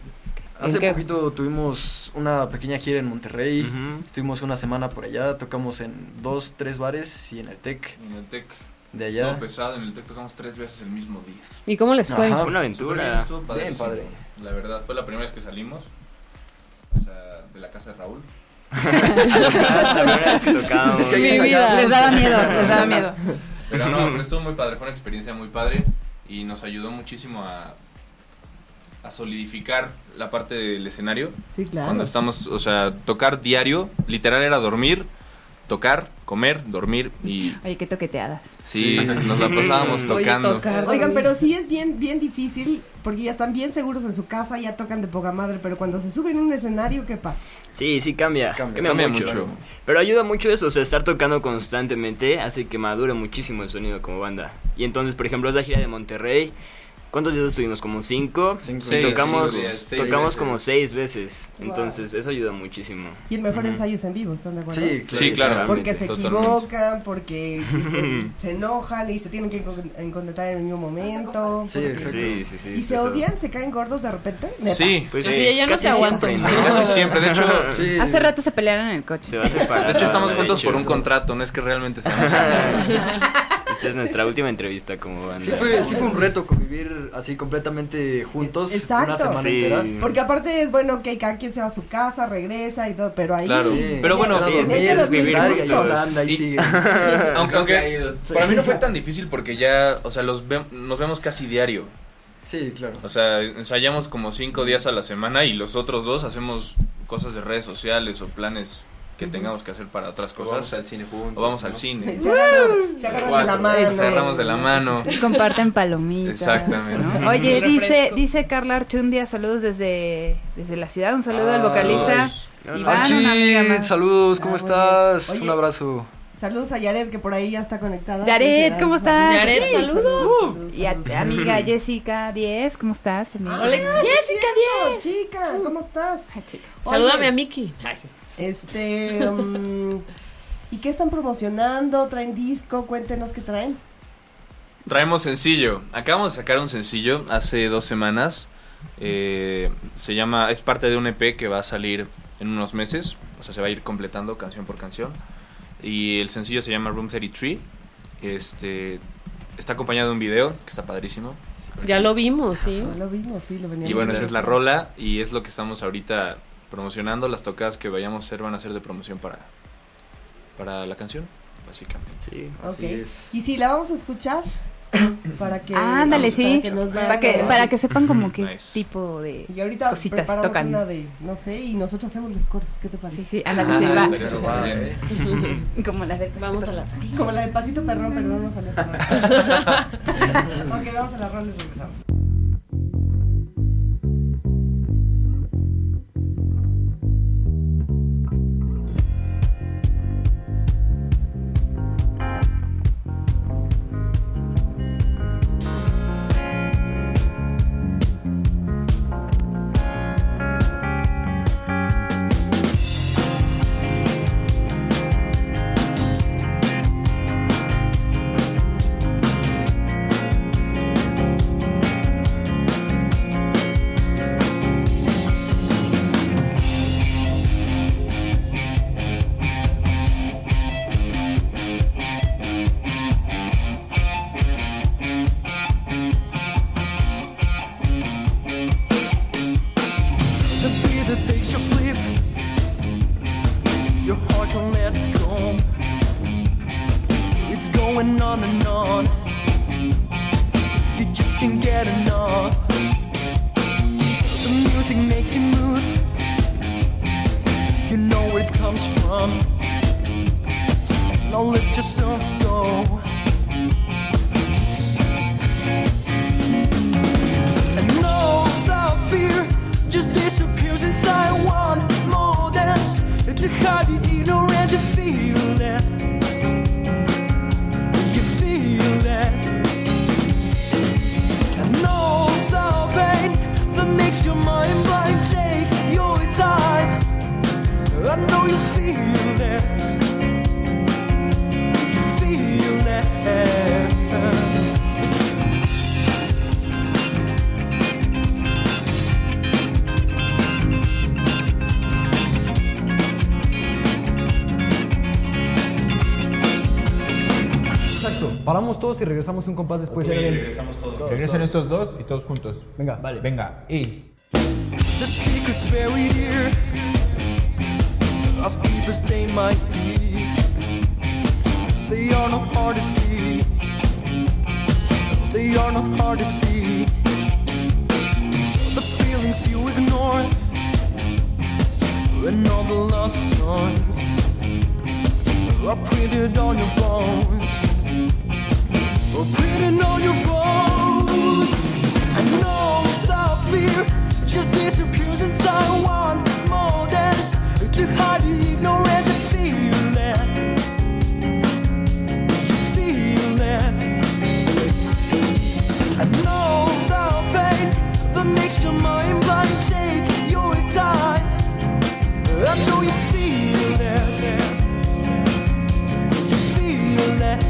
Speaker 14: Hace
Speaker 9: qué?
Speaker 14: poquito tuvimos una pequeña gira en Monterrey. Estuvimos una semana por allá. Tocamos en dos, tres bares y en el TEC.
Speaker 15: En el TEC.
Speaker 14: De
Speaker 15: Estuvo
Speaker 14: allá.
Speaker 15: pesado, en el TEC tocamos tres veces el mismo día.
Speaker 9: ¿Y cómo les fue?
Speaker 14: Ajá.
Speaker 12: Fue una aventura.
Speaker 15: Súper bien, estuvo
Speaker 12: Bien
Speaker 15: padrísimo.
Speaker 12: padre.
Speaker 15: La verdad, fue la primera vez que salimos. O sea, de la casa de
Speaker 12: <laughs>
Speaker 15: Raúl. la
Speaker 12: primera vez que tocábamos. Es que ahí
Speaker 7: Mi vida. Les daba miedo, les daba miedo.
Speaker 15: Pero no, pero estuvo muy padre, fue una experiencia muy padre y nos ayudó muchísimo a, a solidificar la parte del escenario.
Speaker 8: Sí, claro.
Speaker 15: Cuando estamos, o sea, tocar diario, literal era dormir, tocar, comer, dormir y
Speaker 7: Oye, qué toqueteadas.
Speaker 15: sí,
Speaker 12: Sí.
Speaker 15: nos la pasábamos
Speaker 12: Oye,
Speaker 15: tocando.
Speaker 8: Oigan, pero sí es bien, bien difícil porque ya están bien seguros en su casa, ya tocan de poca madre, pero cuando se suben a un escenario, ¿qué pasa?
Speaker 12: Sí, sí, cambia. Cambia,
Speaker 15: Cambia
Speaker 12: mucho.
Speaker 15: mucho.
Speaker 12: Pero ayuda mucho eso, o sea, estar tocando constantemente hace que madure muchísimo el sonido como banda. Y entonces, por ejemplo, es la gira de Monterrey. ¿Cuántos días estuvimos? ¿Como cinco? y
Speaker 15: Seis,
Speaker 12: tocamos,
Speaker 15: cinco días, seis
Speaker 12: tocamos
Speaker 15: veces.
Speaker 12: como seis veces.
Speaker 8: Wow.
Speaker 12: Entonces, eso ayuda muchísimo.
Speaker 8: Y el mejor
Speaker 12: Ujú.
Speaker 8: ensayo es en vivo, ¿están de acuerdo?
Speaker 12: Sí, claro. Sí, claro.
Speaker 8: Porque se
Speaker 12: Totalmente.
Speaker 8: equivocan, porque eh, se enojan y se tienen que encon- encontrar en el mismo momento.
Speaker 12: Sí,
Speaker 8: porque-
Speaker 12: exacto. Sí, sí, sí,
Speaker 8: ¿Y
Speaker 12: es
Speaker 8: se
Speaker 12: pesado.
Speaker 8: odian? ¿Se caen gordos de repente? Neta.
Speaker 15: Sí,
Speaker 12: Pues
Speaker 9: sí, ella no
Speaker 15: casi
Speaker 9: se aguanta.
Speaker 15: siempre, ¿no? Casi siempre, de
Speaker 12: <laughs>
Speaker 15: hecho, <laughs> Sí.
Speaker 7: Hace rato se pelearon en el coche.
Speaker 12: Se va a separar.
Speaker 15: De hecho, estamos
Speaker 12: de
Speaker 15: juntos por
Speaker 12: hecho.
Speaker 15: un contrato, no es que
Speaker 12: <laughs>
Speaker 15: realmente seamos.
Speaker 12: Esta es nuestra última entrevista como banda.
Speaker 14: Sí fue, sí fue un reto convivir así completamente juntos
Speaker 8: Exacto.
Speaker 14: una semana
Speaker 12: Sí.
Speaker 14: entera.
Speaker 8: Porque aparte es bueno que cada quien se va a su casa, regresa y todo, pero ahí
Speaker 15: Claro,
Speaker 8: sí.
Speaker 15: pero bueno,
Speaker 14: Sí, sí, sí, es vivir juntos. Y-
Speaker 15: <laughs> aunque,
Speaker 14: <laughs> No se
Speaker 15: aunque
Speaker 14: ha ido.
Speaker 15: para mí no fue tan difícil porque ya, o sea, los ve- nos vemos casi diario.
Speaker 14: Sí, claro.
Speaker 15: O sea, ensayamos como cinco días a la semana y los otros dos hacemos cosas de redes sociales o planes que tengamos que hacer para otras cosas.
Speaker 10: vamos al cine juntos,
Speaker 15: O vamos
Speaker 10: ¿no?
Speaker 14: <laughs>
Speaker 15: al cine.
Speaker 8: Se agarran, se agarran de la
Speaker 15: Cuatro.
Speaker 8: mano.
Speaker 15: Se agarramos de la mano.
Speaker 7: Y comparten palomitas.
Speaker 15: Exactamente.
Speaker 7: ¿no? Oye, dice, dice Carla Archundia, saludos desde, desde la ciudad, un saludo al vocalista. Iván, una amiga
Speaker 14: Archie,
Speaker 7: más.
Speaker 14: saludos, ¿cómo estás?
Speaker 8: Oye.
Speaker 14: Un abrazo.
Speaker 8: Saludos a Yared, que por ahí ya está conectada.
Speaker 7: Yaret, ¿cómo estás?
Speaker 9: Yaret,
Speaker 7: Sí,
Speaker 9: saludos.
Speaker 7: Y a tu amiga Jessica 10, ¿cómo estás? amiga?
Speaker 9: Hola, Jessica Díaz.
Speaker 8: Chica,
Speaker 7: Uh.
Speaker 8: ¿cómo estás?
Speaker 9: Salúdame
Speaker 8: Oye.
Speaker 9: a Miki.
Speaker 8: Este. mm, ¿Y qué están promocionando? ¿Traen disco? Cuéntenos qué traen.
Speaker 15: Traemos sencillo. Acabamos de sacar un sencillo hace dos semanas. Eh, se llama. Es parte de un EP que va a salir en unos meses. O sea, se va a ir completando canción por canción. Y el sencillo se llama Room 33. Este. Está acompañado de un video que está padrísimo.
Speaker 9: Ya lo vimos, sí.
Speaker 8: lo vimos, sí, lo
Speaker 15: Y bueno, esa es la rola y es lo que estamos ahorita promocionando. Las tocadas que vayamos a hacer van a ser de promoción para, para la canción, básicamente.
Speaker 12: Sí,
Speaker 8: Ok. Y si la vamos a escuchar, para que.
Speaker 7: Ándale,
Speaker 8: para
Speaker 7: sí.
Speaker 8: que nos
Speaker 7: Para que,
Speaker 8: den-
Speaker 7: para que sepan como qué tipo de
Speaker 8: Y ahorita
Speaker 7: cositas
Speaker 8: preparamos
Speaker 7: tocan.
Speaker 8: una de, no sé, y nosotros hacemos los coros, ¿qué te parece?
Speaker 7: Sí,
Speaker 14: Ah,
Speaker 7: ándale, sí, va.
Speaker 15: estaría súper bien.
Speaker 7: <laughs> Como la del Vamos a la
Speaker 8: Como la de Pasito Perrón, pero no nos sale esa.
Speaker 7: <laughs>
Speaker 8: Ok, vamos a la rola y regresamos.
Speaker 3: The fear that takes your sleep. Your heart can let go. It's going on and on. You just can't get enough. The music makes you move. You know where it comes from. Now let yourself go. And all the fear just disappears inside one
Speaker 16: vamos todos y regresamos un compás después.
Speaker 14: Pues
Speaker 17: Ok,
Speaker 16: Era bien.
Speaker 17: regresamos todos.
Speaker 18: Regresen estos dos y todos juntos.
Speaker 16: Venga, vale.
Speaker 18: Venga, y.
Speaker 3: The secrets buried here are deep as they might be. They are not hard to see. They are not hard to see. The feelings you ignore and all the lost songs are printed on your bones. Are printed on your bones. And all without fear just disappears inside one more dance to hide the ignorance and feel it. Feel it. And all without pain that makes your mind blind. Take your time. I know you feel it. You feel it.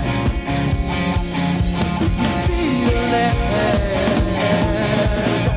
Speaker 3: Feel it.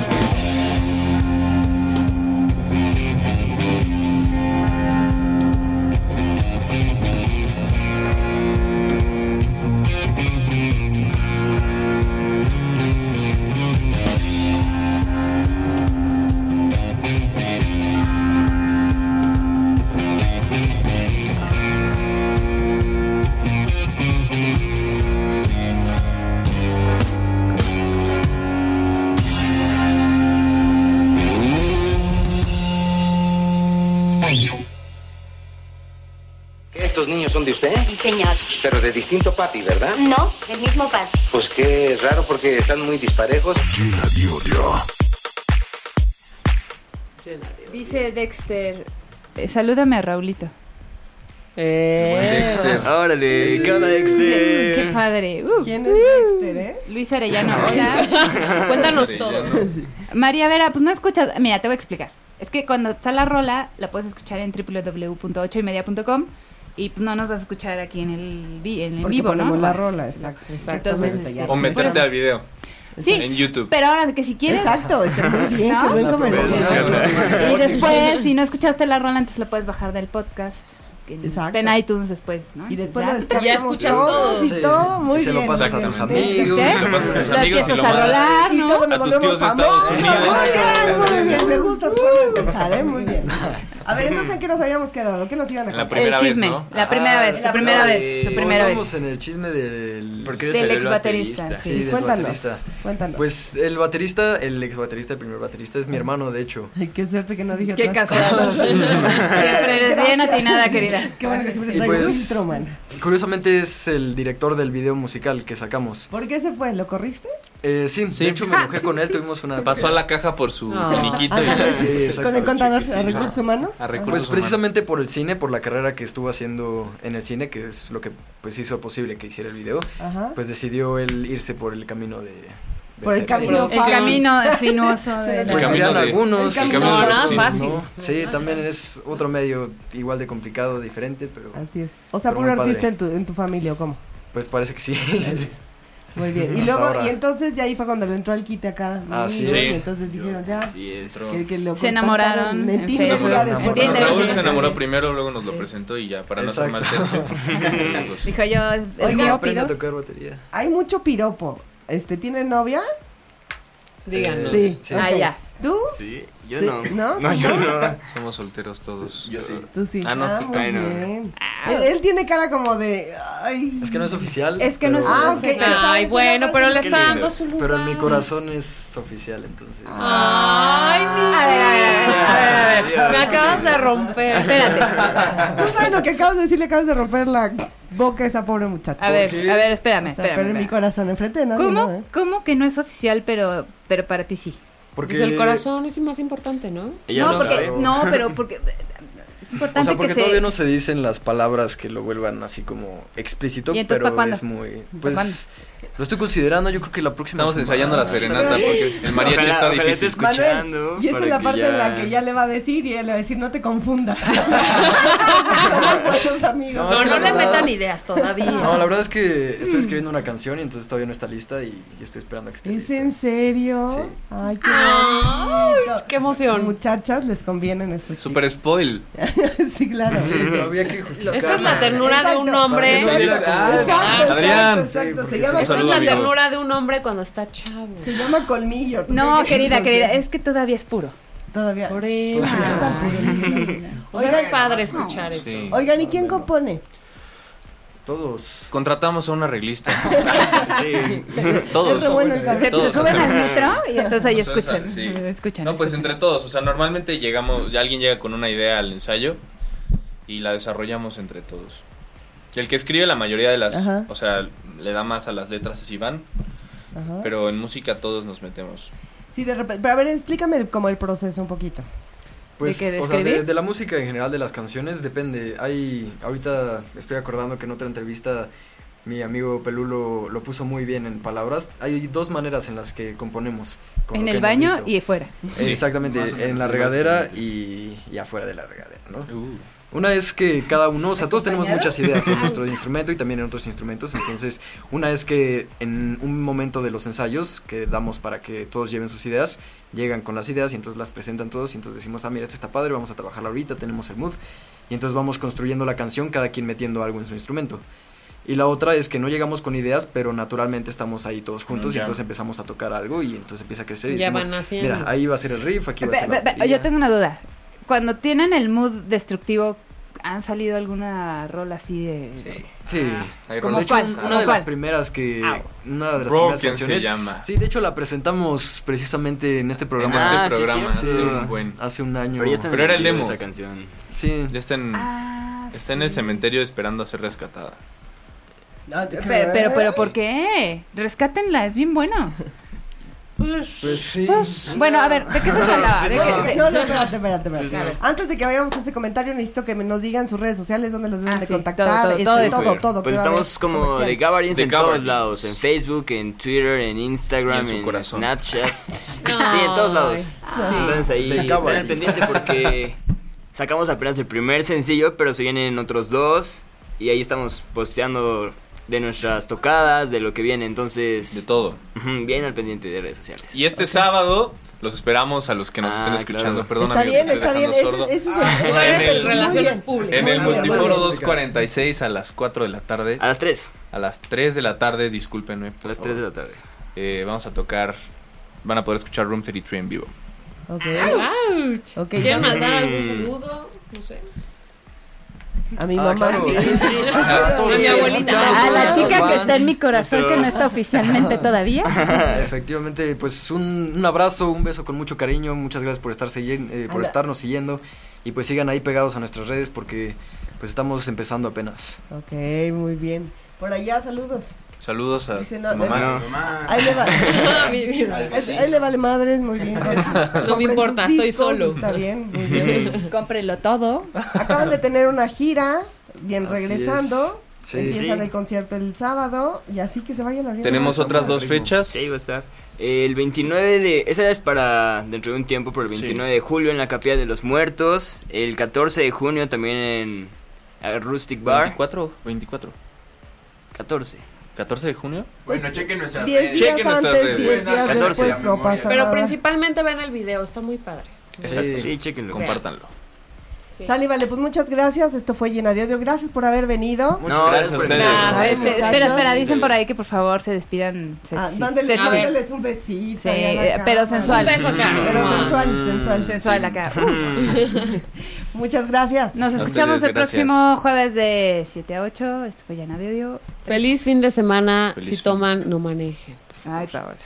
Speaker 11: ¿Que estos niños son de usted?
Speaker 19: Señor,
Speaker 11: Pero de distinto papi, ¿verdad?
Speaker 19: no, el mismo padre.
Speaker 11: Pues qué raro porque están muy disparejos.
Speaker 1: Gina Diodio.
Speaker 7: Dice Dexter, eh, salúdame a Raulito.
Speaker 9: Eh.
Speaker 12: Dexter. Órale, ¿qué onda, Dexter?
Speaker 7: Qué padre. ¿Quién es Dexter, eh?
Speaker 9: <laughs>
Speaker 7: Luis Arellano, hola.
Speaker 9: Cuéntanos
Speaker 7: Luis
Speaker 9: todo.
Speaker 7: <laughs> María Vera, pues no escuchas. Mira, te voy a explicar. Es que cuando está la rola, la puedes escuchar en www.ochoymedia.com y pues no nos vas a escuchar aquí en el, vi- en el
Speaker 8: Porque
Speaker 7: vivo, ¿no?
Speaker 8: ponemos la
Speaker 7: Vas.
Speaker 8: rola, exacto.
Speaker 7: Exactamente.
Speaker 8: Entonces,
Speaker 15: Este,
Speaker 8: este,
Speaker 15: O meterte al video.
Speaker 7: Sí.
Speaker 15: En YouTube.
Speaker 7: Pero ahora que si quieres.
Speaker 8: Exacto, está muy bien, qué buen
Speaker 15: comercial.
Speaker 7: Y después, si no escuchaste la rola, antes la puedes bajar del podcast. que Está en iTunes después, ¿no?
Speaker 8: Y después lo
Speaker 7: Exacto.
Speaker 8: descargamos todos y todo, muy
Speaker 14: se lo
Speaker 8: bien.
Speaker 14: pasas a tus amigos.
Speaker 3: ¿Eh?
Speaker 7: ¿Qué?
Speaker 14: se lo pasas
Speaker 7: Lo empiezas a rolar, ¿no?
Speaker 8: Nos volvemos famosos. Muy bien, muy bien, me gusta su forma de pensar, ¿eh? Muy bien. A ver, entonces, ¿en qué nos habíamos quedado? ¿Qué nos iban a
Speaker 14: La
Speaker 8: contar?
Speaker 14: primera El chisme, vez, ¿no?
Speaker 7: La primera
Speaker 14: Ah,
Speaker 7: vez, la primera vez, la primera vez.
Speaker 14: Estamos en el chisme del,
Speaker 7: Del salió el ex baterista, baterista? sí.
Speaker 14: del
Speaker 8: Cuéntanos,
Speaker 14: baterista.
Speaker 8: cuéntanos.
Speaker 14: Pues el baterista, el ex baterista, el primer baterista, es mi hermano, de hecho.
Speaker 8: Ay, qué suerte que no dije
Speaker 7: Qué
Speaker 8: otras
Speaker 7: casual.
Speaker 8: cosas.
Speaker 7: <laughs> Siempre eres bien
Speaker 8: Gracias.
Speaker 7: atinada, querida.
Speaker 8: Qué bueno que siempre
Speaker 14: Y
Speaker 8: traigo un
Speaker 14: pues-
Speaker 8: intro, man.
Speaker 14: Curiosamente es el director del video musical que sacamos.
Speaker 8: ¿Por qué se fue? ¿Lo corriste?
Speaker 14: Eh, sí, de hecho me enojé con él, tuvimos una...
Speaker 15: Pasó a la caja por su
Speaker 14: Ah.
Speaker 15: finiquito y- pues,
Speaker 14: Ajá. Pues, Sí, exacto.
Speaker 8: Con el contador,
Speaker 14: Sí, sí,
Speaker 8: a
Speaker 14: sí.
Speaker 8: recursos humanos. Ah.
Speaker 15: A recursos
Speaker 14: Pues
Speaker 15: humanos.
Speaker 14: precisamente por el cine, por la carrera que estuvo haciendo en el cine, que es lo que pues hizo posible que hiciera el video,
Speaker 8: Ajá.
Speaker 14: pues decidió él irse por el camino de... de
Speaker 8: Ah. Por el
Speaker 14: ser
Speaker 8: camino.
Speaker 14: cine.
Speaker 8: <laughs>
Speaker 7: El camino sinuoso de la-
Speaker 14: Pues dirán algunos.
Speaker 8: El camino de-
Speaker 14: otros
Speaker 8: no,
Speaker 14: no.
Speaker 8: fácil.
Speaker 14: Sí, también es otro medio igual de complicado, diferente, pero
Speaker 8: Así es. O sea,
Speaker 14: Pero
Speaker 8: puro
Speaker 14: muy padre.
Speaker 8: artista en tu, en tu familia, ¿o cómo?
Speaker 14: pues parece que sí.
Speaker 8: <laughs> Muy bien. Y
Speaker 14: Hasta
Speaker 8: luego,
Speaker 14: ahora. Ah,
Speaker 8: y entonces ya ahí fue cuando le entró al quite acá.
Speaker 14: Así
Speaker 8: Amigos,
Speaker 14: es.
Speaker 8: y entonces dijeron ya.
Speaker 15: Así es.
Speaker 8: que- que lo contactaron.
Speaker 7: Se enamoraron,
Speaker 8: Mentira,
Speaker 7: en Facebook.
Speaker 8: ya
Speaker 7: Entiendo,
Speaker 8: después.
Speaker 7: entiendo.
Speaker 15: Raúl
Speaker 7: sí,
Speaker 15: se enamoró
Speaker 7: sí.
Speaker 15: primero, luego nos lo presentó y ya, para no ser mal
Speaker 8: <laughs>
Speaker 15: tercio, los dos.
Speaker 7: <laughs> Dijo yo, es es
Speaker 8: Oiga,
Speaker 7: mío,
Speaker 8: aprende
Speaker 7: pido.
Speaker 8: a tocar. Hay mucho piropo. Este, ¿tiene novia?
Speaker 9: Díganos.
Speaker 8: Sí.
Speaker 9: Sí.
Speaker 8: ok.
Speaker 9: Ah, ya.
Speaker 8: ¿Tú?
Speaker 15: Sí,
Speaker 8: yo Sí, no. ¿no? No, yo no.
Speaker 15: Somos solteros todos. Yo sí.
Speaker 8: Tú sí.
Speaker 15: Ah, no,
Speaker 8: Ah,
Speaker 15: tú
Speaker 8: muy
Speaker 15: también.
Speaker 8: bien. Él, él tiene cara como de. ay.
Speaker 14: Es que no es oficial.
Speaker 8: Es que no es
Speaker 14: pero-
Speaker 8: oficial. Ah, ok, exacto,
Speaker 9: Ay, bueno, pero le
Speaker 14: Qué
Speaker 9: está
Speaker 14: lindo.
Speaker 9: dando su lugar.
Speaker 14: Pero en mi corazón es oficial, entonces.
Speaker 9: Ay, mi
Speaker 14: A ver, a ver, a ver, a ver.
Speaker 9: Me acabas de romper. Espérate.
Speaker 8: Tú sabes lo Ah, que acabas de decir, le acabas de romper la boca a esa pobre muchacha.
Speaker 7: A ver, ¿Por qué? a ver, espérame,
Speaker 8: O sea,
Speaker 7: espérame,
Speaker 8: Pero en mi
Speaker 7: espérame.
Speaker 8: corazón, enfrente de nadie.
Speaker 7: ¿Cómo?
Speaker 8: no, ¿eh?
Speaker 7: ¿Cómo que no es oficial, pero, pero para ti sí?
Speaker 14: Porque
Speaker 9: Pues el corazón es más importante, ¿no?
Speaker 14: Ella
Speaker 7: no,
Speaker 14: lo
Speaker 7: porque,
Speaker 14: sabe.
Speaker 7: no, pero
Speaker 14: <laughs>
Speaker 7: porque es importante
Speaker 14: O sea, porque
Speaker 7: que se...
Speaker 14: todavía no se dicen las palabras que lo vuelvan así como explícito,
Speaker 7: ¿Y entonces
Speaker 14: pero
Speaker 7: para cuándo?
Speaker 14: es muy...
Speaker 7: ¿Para
Speaker 14: Pues lo estoy considerando, yo creo que la próxima
Speaker 15: Estamos ensayando la serenata, porque el mariachi
Speaker 14: Ojalá-
Speaker 15: está
Speaker 14: ojalá esté
Speaker 15: difícil.
Speaker 14: escuchando
Speaker 8: Y esta
Speaker 14: para
Speaker 8: es la
Speaker 14: que
Speaker 8: parte
Speaker 14: ya-
Speaker 8: en la que ya le va a decir y él le va a decir, no te confundas. Somos buenos amigos.
Speaker 14: No, es que la verdad-
Speaker 9: ideas
Speaker 14: No, la verdad es que estoy escribiendo una canción y entonces todavía no está lista y, y estoy esperando a que esté
Speaker 8: ¿Es
Speaker 14: lista.
Speaker 8: en serio?
Speaker 14: Sí.
Speaker 8: Ay, qué,
Speaker 9: Ay, qué emoción.
Speaker 8: Muchachas, les convienen estos <laughs>
Speaker 15: Super spoil.
Speaker 8: chicos. Sí, claro.
Speaker 14: Sí, pero había que justificarla.
Speaker 9: Esta es la ternura de un hombre.
Speaker 14: Para que no hubiera como-
Speaker 8: Exacto,
Speaker 15: Adrián.
Speaker 8: exacto, exacto.
Speaker 14: Sí, porque
Speaker 8: Se llama
Speaker 15: sí.
Speaker 9: Esta es
Speaker 15: Saludo,
Speaker 9: la
Speaker 15: amigo.
Speaker 9: ternura de un hombre cuando está chavo.
Speaker 8: Se llama colmillo. ¿tú
Speaker 7: No,
Speaker 8: qué crees?
Speaker 7: querida, querida, es que todavía es puro.
Speaker 8: Todavía. Ah.
Speaker 9: Por eso. O sea, es padre escuchar eso.
Speaker 15: Sí.
Speaker 8: Oigan, ¿y quién compone?
Speaker 14: Todos.
Speaker 15: Contratamos a un
Speaker 7: <laughs>
Speaker 15: arreglista. <laughs> sí.
Speaker 8: Es re bueno el
Speaker 7: Se,
Speaker 8: cabrón.
Speaker 7: se
Speaker 15: Todos.
Speaker 7: suben al metro y entonces ahí
Speaker 15: O sea,
Speaker 7: escuchan.
Speaker 15: sí.
Speaker 7: escuchan,
Speaker 15: No, pues
Speaker 7: escuchan.
Speaker 15: entre todos. O sea, normalmente llegamos, ya alguien llega con una idea al ensayo y la desarrollamos entre todos. Y el que escribe la mayoría de las,
Speaker 8: Ajá.
Speaker 15: o sea, le da más a las letras así van,
Speaker 7: Ah.
Speaker 8: Ajá.
Speaker 15: pero en música todos nos metemos.
Speaker 14: Ah,
Speaker 8: Sí, de repente. Pero a ver, explícame el- como el proceso un poquito.
Speaker 14: Pues,
Speaker 8: ¿De qué, de
Speaker 14: o sea, de,
Speaker 8: escribir?
Speaker 14: de la música en general, de las canciones, depende. Hay, ahorita estoy acordando que en otra entrevista mi amigo Pelulo lo puso muy bien en palabras. Hay dos maneras en las que componemos. con
Speaker 7: En
Speaker 14: lo que
Speaker 7: el
Speaker 14: hemos
Speaker 7: baño
Speaker 14: visto.
Speaker 7: y fuera.
Speaker 14: Eh, Exactamente,
Speaker 15: más o menos,
Speaker 14: en la
Speaker 15: sí,
Speaker 14: regadera y, y afuera de la regadera, ¿no?
Speaker 12: Uh.
Speaker 14: Una es que cada uno, o sea, todos tenemos
Speaker 8: ¿Acompañado?
Speaker 14: muchas ideas
Speaker 7: <laughs>
Speaker 14: en nuestro instrumento y también en otros instrumentos, entonces una es que en un momento de los ensayos que damos para que todos lleven sus ideas, llegan con las ideas y entonces las presentan todos y entonces decimos, ah, mira, esta está padre, vamos a trabajarla ahorita, tenemos el mood y entonces vamos construyendo la canción, cada quien metiendo algo en su instrumento. Y la otra es que no llegamos con ideas, pero naturalmente estamos ahí todos juntos y
Speaker 15: ya.
Speaker 14: entonces empezamos a tocar algo y entonces empieza a crecer y
Speaker 9: Ya
Speaker 14: decimos,
Speaker 9: van haciendo.
Speaker 14: mira, ahí va a ser el riff, aquí va a
Speaker 7: Ve-
Speaker 14: ser
Speaker 7: ve-
Speaker 14: la
Speaker 7: ve,
Speaker 14: batería".
Speaker 7: yo tengo una duda. Cuando tienen el mood destructivo, ¿han salido alguna rola así de...?
Speaker 14: Sí.
Speaker 15: Hay
Speaker 14: Como
Speaker 15: rolas.
Speaker 14: de hecho,
Speaker 7: cuál?
Speaker 14: es
Speaker 7: ¿Como
Speaker 14: una de
Speaker 7: cuál?
Speaker 14: las primeras que
Speaker 8: Ah,
Speaker 14: una de las
Speaker 15: Broken
Speaker 14: primeras
Speaker 15: se
Speaker 14: canciones.
Speaker 15: llama.
Speaker 14: Sí, de hecho la presentamos precisamente en este programa.
Speaker 15: En este Ah, sí, programa, sí, hace un buen-
Speaker 14: hace un año.
Speaker 15: Pero ya está en el Pero era el video demo.
Speaker 12: esa canción.
Speaker 14: Sí.
Speaker 15: Ya está en,
Speaker 7: Ah,
Speaker 15: está en el cementerio esperando a ser rescatada.
Speaker 7: Pero, pero, pero,
Speaker 14: ¿Eh?
Speaker 7: ¿por qué? Rescátenla, es bien bueno.
Speaker 14: Pues sí.
Speaker 7: Bueno, a ver, ¿de qué se trataba? ¿De qué- de-
Speaker 8: No, no, espérate, espérate, espérate.
Speaker 7: Sí, sí.
Speaker 8: Antes de que vayamos a ese comentario, necesito que me- nos digan sus redes sociales, dónde los deben
Speaker 7: Ah,
Speaker 8: de
Speaker 7: sí,
Speaker 8: contactar.
Speaker 7: todo, todo,
Speaker 8: este,
Speaker 7: todo eso.
Speaker 8: todo, todo,
Speaker 12: Pues
Speaker 8: que va a
Speaker 12: estamos
Speaker 8: haber
Speaker 12: como
Speaker 8: comercial.
Speaker 12: de Gabarins
Speaker 15: The
Speaker 12: en todos
Speaker 15: Gabarins.
Speaker 12: lados, en Facebook, en Twitter, en Instagram,
Speaker 15: Y en su
Speaker 12: en,
Speaker 15: corazón.
Speaker 12: Snapchat. sí, en todos lados.
Speaker 7: Ay,
Speaker 12: Entonces ahí
Speaker 14: The
Speaker 12: estén al
Speaker 14: Gabarins.
Speaker 12: pendiente
Speaker 14: <laughs>
Speaker 12: porque sacamos apenas el primer sencillo, pero se vienen otros dos y ahí estamos posteando de nuestras tocadas, de lo que viene, entonces
Speaker 15: De todo.
Speaker 12: Ujú, bien al pendiente de redes sociales.
Speaker 15: Y este sábado los esperamos a los que nos
Speaker 12: Ah,
Speaker 15: estén escuchando.
Speaker 12: claro.
Speaker 15: Perdón,
Speaker 8: Está
Speaker 15: amigo,
Speaker 8: bien,
Speaker 15: te estoy
Speaker 8: está bien.
Speaker 15: dejando
Speaker 8: Ese,
Speaker 15: sordo. Ah,
Speaker 8: ese es el.
Speaker 9: Tú eres el
Speaker 15: Muy
Speaker 9: Relaciones
Speaker 8: bien.
Speaker 9: Públicas.
Speaker 15: En el
Speaker 8: Muy bien,
Speaker 15: Multiforo
Speaker 8: muy bien.
Speaker 15: 246 a las 4 de la tarde.
Speaker 12: A las 3.
Speaker 15: A las 3 de la tarde, discúlpenme.
Speaker 12: A las 3 de la tarde.
Speaker 15: Eh, vamos a tocar. Van a poder escuchar Room 33 en
Speaker 12: <laughs>
Speaker 15: vivo.
Speaker 8: Ok. Ok,
Speaker 9: ¿Quieren
Speaker 8: ya.
Speaker 9: mandar algún saludo? No sé.
Speaker 8: A mi
Speaker 14: Ah,
Speaker 8: mamá.
Speaker 14: claro. Sí, sí, sí.
Speaker 9: A
Speaker 14: todos
Speaker 9: mi
Speaker 14: los
Speaker 9: abuelita.
Speaker 14: escuchamos,
Speaker 9: Ah,
Speaker 7: A la
Speaker 14: todos los
Speaker 7: chica que
Speaker 14: fans.
Speaker 7: está en mi corazón, que no está
Speaker 14: <laughs>
Speaker 7: oficialmente todavía.
Speaker 14: Efectivamente, pues un, un abrazo, un beso con mucho cariño, muchas gracias por estar segui- eh, por
Speaker 8: Hola.
Speaker 14: estarnos siguiendo y pues sigan ahí pegados a nuestras redes porque pues estamos empezando apenas.
Speaker 8: Ok, muy bien. Por allá, saludos.
Speaker 15: Saludos a
Speaker 8: Dice,
Speaker 15: tu
Speaker 8: no,
Speaker 15: mamá.
Speaker 8: no. Ahí le va.
Speaker 7: <laughs>
Speaker 9: Mi vida.
Speaker 8: Es- Ahí le vale madres, muy bien.
Speaker 15: <laughs>
Speaker 9: No me importa, estoy solo.
Speaker 8: Está bien, muy bien.
Speaker 7: Cómprelo todo.
Speaker 8: Acaban de tener una gira, bien
Speaker 14: Así
Speaker 8: regresando.
Speaker 14: es. Sí.
Speaker 8: Empiezan
Speaker 12: Sí.
Speaker 8: el concierto el sábado y así que se vayan abriendo.
Speaker 15: Tenemos otras dos fechas.
Speaker 12: Sí, va a estar. El 29 de... Esa es para dentro de un tiempo, pero el
Speaker 15: Sí.
Speaker 12: 29 de julio en la Capilla de los Muertos. El 14 de junio también en eh, Rustic Bar.
Speaker 15: 24, 24.
Speaker 12: 14.
Speaker 15: ¿14 de junio?
Speaker 13: Bueno, chequen nuestras
Speaker 15: Diez
Speaker 13: redes.
Speaker 15: días Chequen nuestras antes, redes. diez días
Speaker 13: 14
Speaker 15: después, no pasa
Speaker 9: Pero
Speaker 8: nada.
Speaker 9: principalmente ven el video, está muy padre.
Speaker 15: Exacto.
Speaker 12: Sí, chequenlo.
Speaker 15: Compártanlo.
Speaker 9: Sí.
Speaker 8: Sale, vale, pues muchas gracias. Esto fue Llena de Odio. Gracias por haber venido.
Speaker 15: Muchas <laughs> No, gracias a gracias por ustedes. invitarnos.
Speaker 8: Ay,
Speaker 7: Este,
Speaker 8: muchachos.
Speaker 7: espera, espera, dicen por ahí que por favor se despidan. Se,
Speaker 8: Ah,
Speaker 7: sí,
Speaker 8: mándale-
Speaker 7: se-
Speaker 8: mándeles un besito.
Speaker 7: Sí,
Speaker 8: ahí a la
Speaker 7: eh,
Speaker 8: cámara.
Speaker 7: pero sensual. Ah.
Speaker 8: Pero sensual, sensual.
Speaker 7: Sensual acá. <laughs>
Speaker 8: Muchas gracias.
Speaker 7: Nos
Speaker 9: A
Speaker 7: escuchamos
Speaker 9: ustedes,
Speaker 7: el
Speaker 9: gracias.
Speaker 7: próximo jueves de 7 a 8. Esto fue Llena de Odio.
Speaker 9: Feliz fin de semana.
Speaker 7: Feliz
Speaker 9: si
Speaker 7: fin.
Speaker 9: toman, no manejen.
Speaker 5: <laughs>
Speaker 7: Ay, Paola.